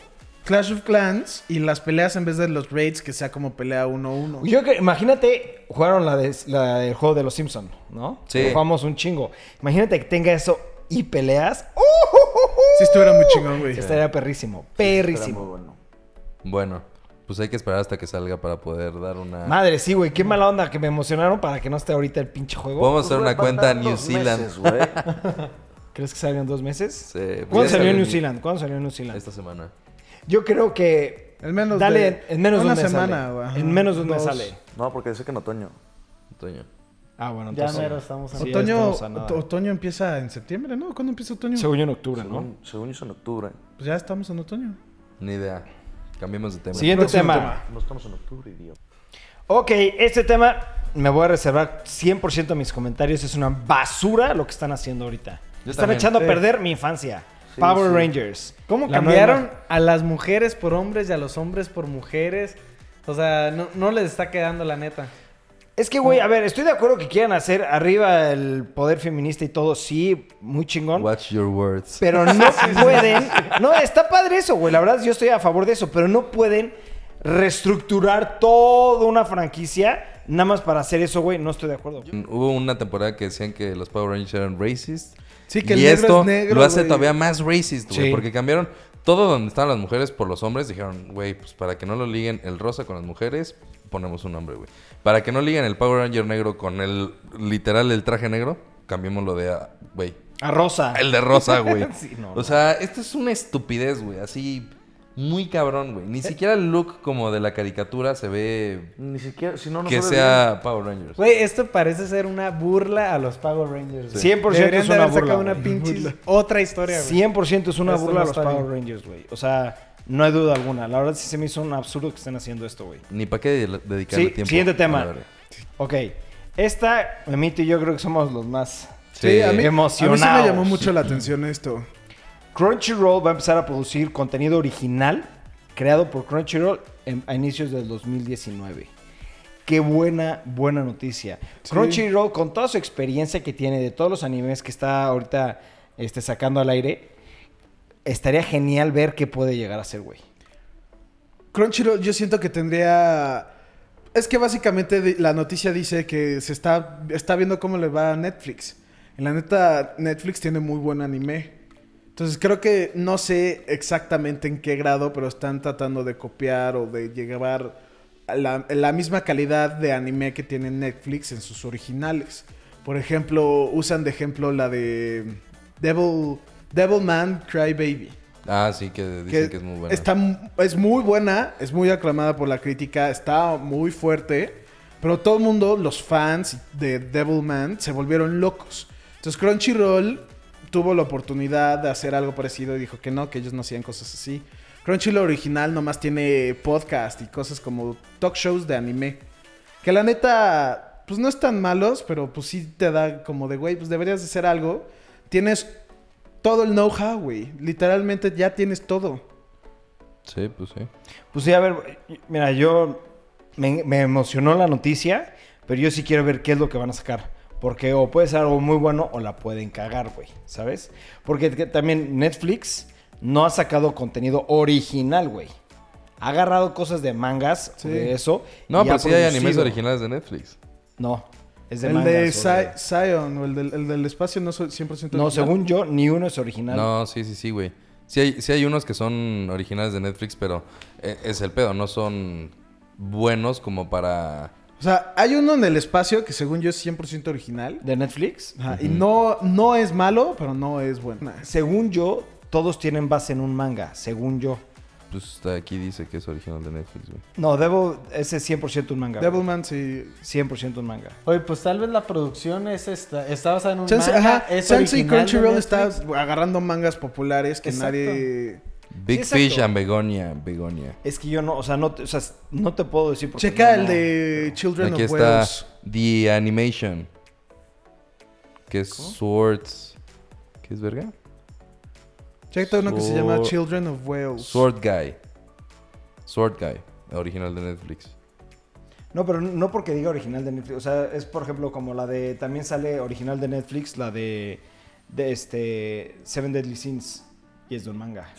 Speaker 3: Clash of Clans y las peleas en vez de los raids que sea como pelea 1-1.
Speaker 1: Yo que, imagínate, jugaron la, de, la del juego de los Simpsons, ¿no?
Speaker 2: Sí.
Speaker 1: Que Jugamos un chingo. Imagínate que tenga eso y peleas.
Speaker 3: Sí, estuviera muy chingón, güey.
Speaker 1: Estaría perrísimo.
Speaker 4: Era muy
Speaker 1: Perrísimo.
Speaker 4: bueno.
Speaker 2: Bueno, pues hay que esperar hasta que salga para poder dar una...
Speaker 1: Madre, sí, güey. Qué mala onda que me emocionaron para que no esté ahorita el pinche juego.
Speaker 2: Vamos a hacer
Speaker 4: Pues,
Speaker 2: una
Speaker 4: güey,
Speaker 2: cuenta en
Speaker 4: faltan
Speaker 2: New
Speaker 4: dos
Speaker 2: Zealand.
Speaker 4: meses, güey.
Speaker 1: ¿Crees que salgan dos meses?
Speaker 2: Sí, pues ya
Speaker 1: ¿Cuándo salió
Speaker 2: salió
Speaker 1: en New
Speaker 2: en-
Speaker 1: Zealand? ¿Cuándo salió en New Zealand?
Speaker 2: Esta semana.
Speaker 1: Yo creo que.
Speaker 3: En menos
Speaker 1: Dale,
Speaker 3: de-
Speaker 1: en menos de
Speaker 3: una
Speaker 1: un mes
Speaker 3: semana,
Speaker 1: sale.
Speaker 3: güey, ajá.
Speaker 1: En menos de un mes
Speaker 3: Dos.
Speaker 1: sale.
Speaker 4: No, porque dice que en otoño.
Speaker 2: Otoño.
Speaker 1: Ah, bueno,
Speaker 5: Ya
Speaker 1: entonces.
Speaker 5: mero estamos en
Speaker 1: Sí, ya
Speaker 3: otoño,
Speaker 1: estamos a nada.
Speaker 3: ot- otoño empieza en septiembre, ¿no? ¿Cuándo empieza otoño?
Speaker 1: Según yo en octubre, ¿no?
Speaker 4: Según, según yo es en octubre.
Speaker 3: Pues ya estamos en otoño.
Speaker 2: Ni idea. Cambiemos de tema.
Speaker 1: Siguiente
Speaker 3: Próximo
Speaker 1: tema.
Speaker 3: tema.
Speaker 4: No estamos en octubre, idiota.
Speaker 1: Ok, este tema me voy a reservar 100% mis comentarios. Es una basura lo que están haciendo ahorita.
Speaker 2: Yo
Speaker 1: están
Speaker 2: también.
Speaker 1: echando a
Speaker 5: Sí.
Speaker 1: perder mi infancia. Power
Speaker 4: sí.
Speaker 1: Rangers.
Speaker 5: ¿Cómo
Speaker 1: La
Speaker 5: cambiaron
Speaker 1: nueva-
Speaker 5: a las mujeres por hombres y a los hombres por mujeres? O sea, no, no les está quedando la neta.
Speaker 1: Es que, güey, a ver, estoy de acuerdo que quieran hacer arriba el poder feminista y todo. Sí, muy chingón.
Speaker 2: Watch your words.
Speaker 1: Pero no pueden. No, está padre eso, güey. La verdad, yo estoy a favor de eso. Pero no pueden reestructurar toda una franquicia nada más para hacer eso, güey. No estoy de acuerdo.
Speaker 2: Hubo una temporada que decían que los Power Rangers eran racist.
Speaker 3: Sí, que el
Speaker 2: y
Speaker 3: negro
Speaker 2: esto
Speaker 3: es negro,
Speaker 2: lo hace
Speaker 3: güey.
Speaker 2: todavía más racist, güey.
Speaker 1: Sí.
Speaker 2: Porque cambiaron todo donde estaban las mujeres por los hombres. Dijeron, güey, pues para que no lo liguen el rosa con las mujeres, ponemos un nombre, güey. Para que no ligan el Power Ranger negro con el literal el traje negro, cambiémoslo de, ah, güey,
Speaker 1: A Rosa.
Speaker 3: Ah.
Speaker 2: el de rosa, güey.
Speaker 1: Sí, no, no.
Speaker 2: o sea, esto es una estupidez, güey. Así, muy cabrón, güey.
Speaker 3: Eh.
Speaker 2: Ni siquiera el look como de la caricatura se ve
Speaker 4: Ni siquiera, si no, no
Speaker 2: que
Speaker 4: sabe
Speaker 2: sea Power Rangers.
Speaker 5: Güey, esto parece ser una burla a los Power Rangers. güey.
Speaker 1: 100%
Speaker 5: Deberían
Speaker 1: es
Speaker 5: de
Speaker 1: una
Speaker 5: haber sacado
Speaker 1: burla,
Speaker 5: una
Speaker 1: güey.
Speaker 5: pinche otra historia, güey.
Speaker 1: 100% es una
Speaker 5: Esto
Speaker 1: burla
Speaker 5: no
Speaker 1: a los
Speaker 5: está
Speaker 1: Power
Speaker 5: bien.
Speaker 1: Rangers, güey. O sea, no hay duda alguna. La verdad sí se me hizo un absurdo que estén haciendo esto, güey.
Speaker 2: Ni para qué de- dedicarle
Speaker 1: Sí,
Speaker 2: tiempo.
Speaker 1: siguiente
Speaker 2: A
Speaker 1: tema.
Speaker 2: ver.
Speaker 1: Ok. Esta, Memito y yo creo que somos los más.
Speaker 2: Sí,
Speaker 3: a mí,
Speaker 1: emocionados.
Speaker 3: A mí sí me llamó mucho la atención esto.
Speaker 1: Crunchyroll va a empezar a producir contenido original creado por Crunchyroll en- a inicios del 2019. Qué buena, buena noticia.
Speaker 3: Sí.
Speaker 1: Crunchyroll, con toda su experiencia que tiene de todos los animes que está ahorita este, sacando al aire, estaría genial ver qué puede llegar a ser, güey.
Speaker 3: Crunchyroll yo siento que tendría... Es que básicamente di- la noticia dice que se está, está viendo cómo le va a Netflix. En la neta, Netflix tiene muy buen anime. Entonces creo que no sé exactamente en qué grado, pero están tratando de copiar o de llevar a la, la misma calidad de anime que tiene Netflix en sus originales. Por ejemplo, usan de ejemplo la de Devil, Devilman Crybaby
Speaker 2: Ah, sí, que dicen que, es muy buena.
Speaker 3: está mu- es muy buena, es muy aclamada por la crítica, está muy fuerte, pero todo el mundo, los fans de Devilman, se volvieron locos. Entonces Crunchyroll tuvo la oportunidad de hacer algo parecido y dijo que no, que ellos no hacían cosas así. Crunchyroll original nomás tiene podcast y cosas como talk shows de anime. Que la neta, pues no están malos, pero pues sí te da como de, güey, pues deberías de hacer algo. Tienes todo el know-how, güey. Literalmente ya tienes todo.
Speaker 2: Sí, pues sí.
Speaker 1: Pues sí, a ver, mira, yo me, me emocionó la noticia, pero yo sí quiero ver qué es lo que van a sacar. Porque o puede ser algo muy bueno o la pueden cagar, güey, ¿sabes? Porque que también Netflix no ha sacado contenido original, güey. Ha agarrado cosas de mangas o de eso. y
Speaker 2: No,
Speaker 1: ha
Speaker 2: pero sí hay animes
Speaker 1: producido.
Speaker 2: originales de Netflix.
Speaker 1: No, es de
Speaker 3: el
Speaker 1: mangas. o
Speaker 3: de
Speaker 1: de-
Speaker 3: Sion, Zion, o el del, el del espacio, no soy 100%
Speaker 1: No,
Speaker 3: original.
Speaker 1: según yo, ni uno es original.
Speaker 2: No, sí, sí, sí, güey. Sí hay, sí hay unos que son originales de Netflix, pero eh, es el pedo, no son buenos como para...
Speaker 3: O sea, hay uno en el espacio que según yo es 100% original.
Speaker 1: ¿De Netflix?
Speaker 3: Ajá, Y no, no es malo, pero no es bueno.
Speaker 1: Según yo, todos tienen base en un manga, según yo.
Speaker 2: Pues está aquí dice que es original de Netflix, güey.
Speaker 1: No, Devil, ese es 100% un manga. güey.
Speaker 3: Devilman sí...
Speaker 1: 100% un manga.
Speaker 5: Oye, pues tal vez la producción es esta. Está basada en un
Speaker 3: Chance,
Speaker 5: manga,
Speaker 3: ajá,
Speaker 5: es
Speaker 3: Chance y
Speaker 5: original de
Speaker 3: Crunchyroll está
Speaker 5: Netflix.
Speaker 3: agarrando mangas populares que
Speaker 5: Exacto.
Speaker 3: nadie...
Speaker 2: Big
Speaker 1: exacto.
Speaker 2: Fish and Begonia, Begonia.
Speaker 1: Es que yo no, o sea, no te, o sea, no te puedo decir porque
Speaker 3: Checa
Speaker 1: no,
Speaker 3: el
Speaker 1: no.
Speaker 3: de Children
Speaker 2: Aquí
Speaker 3: of
Speaker 2: está
Speaker 3: Wales.
Speaker 2: The Animation. Que es Swords. ¿Qué es verga?
Speaker 3: Checa uno que se llama
Speaker 2: Sword-
Speaker 3: Children of Wales.
Speaker 2: Sword Guy. Sword Guy, original de Netflix.
Speaker 1: No, pero no porque diga original de Netflix, o sea, es por ejemplo como la de también sale original de Netflix, la de de este Seven Deadly Sins y es de un manga,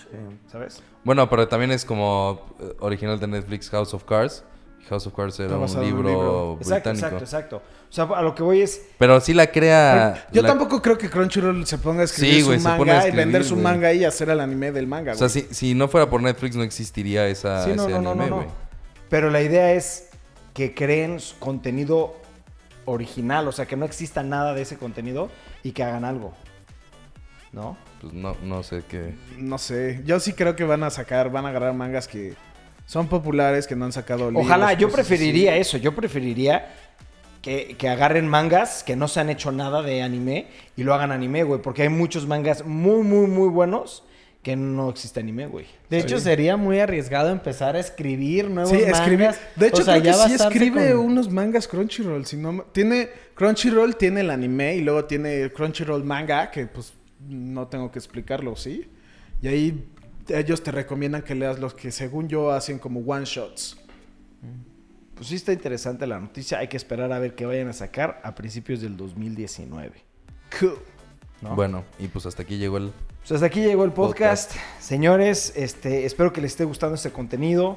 Speaker 1: ¿sabes?
Speaker 2: Bueno, pero también es como eh, original de Netflix House of Cards. House of Cards era
Speaker 3: Está
Speaker 2: un
Speaker 3: basado en un
Speaker 2: libro,
Speaker 3: libro.
Speaker 1: Exacto,
Speaker 2: británico.
Speaker 1: exacto, exacto. O sea, a lo que voy es
Speaker 2: Pero sí la crea.
Speaker 3: Yo
Speaker 2: la-
Speaker 3: tampoco creo que Crunchyroll se ponga a escribir
Speaker 2: Sí,
Speaker 3: su
Speaker 2: güey, se pone a
Speaker 3: manga y
Speaker 2: escribir,
Speaker 3: vender su
Speaker 2: güey.
Speaker 3: manga y hacer el anime del manga,
Speaker 2: O sea,
Speaker 3: güey.
Speaker 2: si, si no fuera por Netflix no existiría esa,
Speaker 1: Sí, no,
Speaker 2: ese
Speaker 1: no, no,
Speaker 2: anime,
Speaker 1: no, no.
Speaker 2: güey.
Speaker 1: Pero la idea es que creen su contenido original, o sea, que no exista nada de ese contenido y que hagan algo. ¿No?
Speaker 2: Pues no, no sé qué.
Speaker 3: No sé, yo sí creo que van a sacar, van a agarrar mangas que son populares, que no han sacado libros,
Speaker 1: Ojalá, yo
Speaker 3: cosas
Speaker 1: preferiría
Speaker 3: así.
Speaker 5: eh,
Speaker 1: eso, yo preferiría que, que agarren mangas que no se han hecho nada de anime y lo hagan anime, güey, porque hay muchos mangas muy, muy, muy buenos que no existe anime, güey.
Speaker 5: De hecho, sería muy arriesgado empezar a escribir nuevos
Speaker 3: Sí,
Speaker 5: mangas.
Speaker 3: escribir. De hecho,
Speaker 5: O sea,
Speaker 3: creo
Speaker 5: ya
Speaker 3: que sí
Speaker 5: basarse
Speaker 3: escribe
Speaker 5: con-
Speaker 3: unos mangas Crunchyroll. Si no, ma- tiene, Crunchyroll tiene el anime y luego tiene el Crunchyroll manga, que pues no tengo que explicarlo, ¿sí? Y ahí ellos te recomiendan que leas los que según yo hacen como one shots.
Speaker 1: Pues sí está interesante la noticia, hay que esperar a ver qué vayan a sacar a principios del 2019.
Speaker 3: Cool.
Speaker 1: ¿no?
Speaker 2: Bueno, y pues hasta aquí llegó el.
Speaker 1: Pues hasta aquí llegó el podcast. Señores, este, espero que les esté gustando este contenido.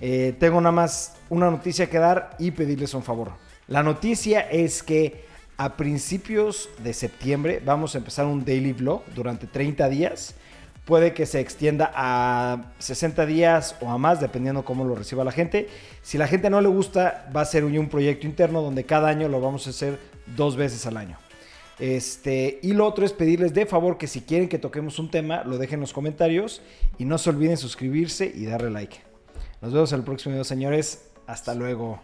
Speaker 1: Eh, tengo nada más una noticia que dar y pedirles un favor. La noticia es que a principios de septiembre vamos a empezar un daily vlog durante 30 días Puede que se extienda a 60 días o a más, dependiendo cómo lo reciba la gente. Si la gente no le gusta, va a ser un un proyecto interno donde cada año lo vamos a hacer dos veces al año. Este, y lo otro es pedirles de favor que si quieren que toquemos un tema, lo dejen en los comentarios y no se olviden suscribirse y darle like. Nos vemos en el próximo video, señores. Hasta luego.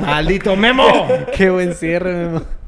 Speaker 1: Maldito Memo.
Speaker 5: Qué buen cierre, Memo.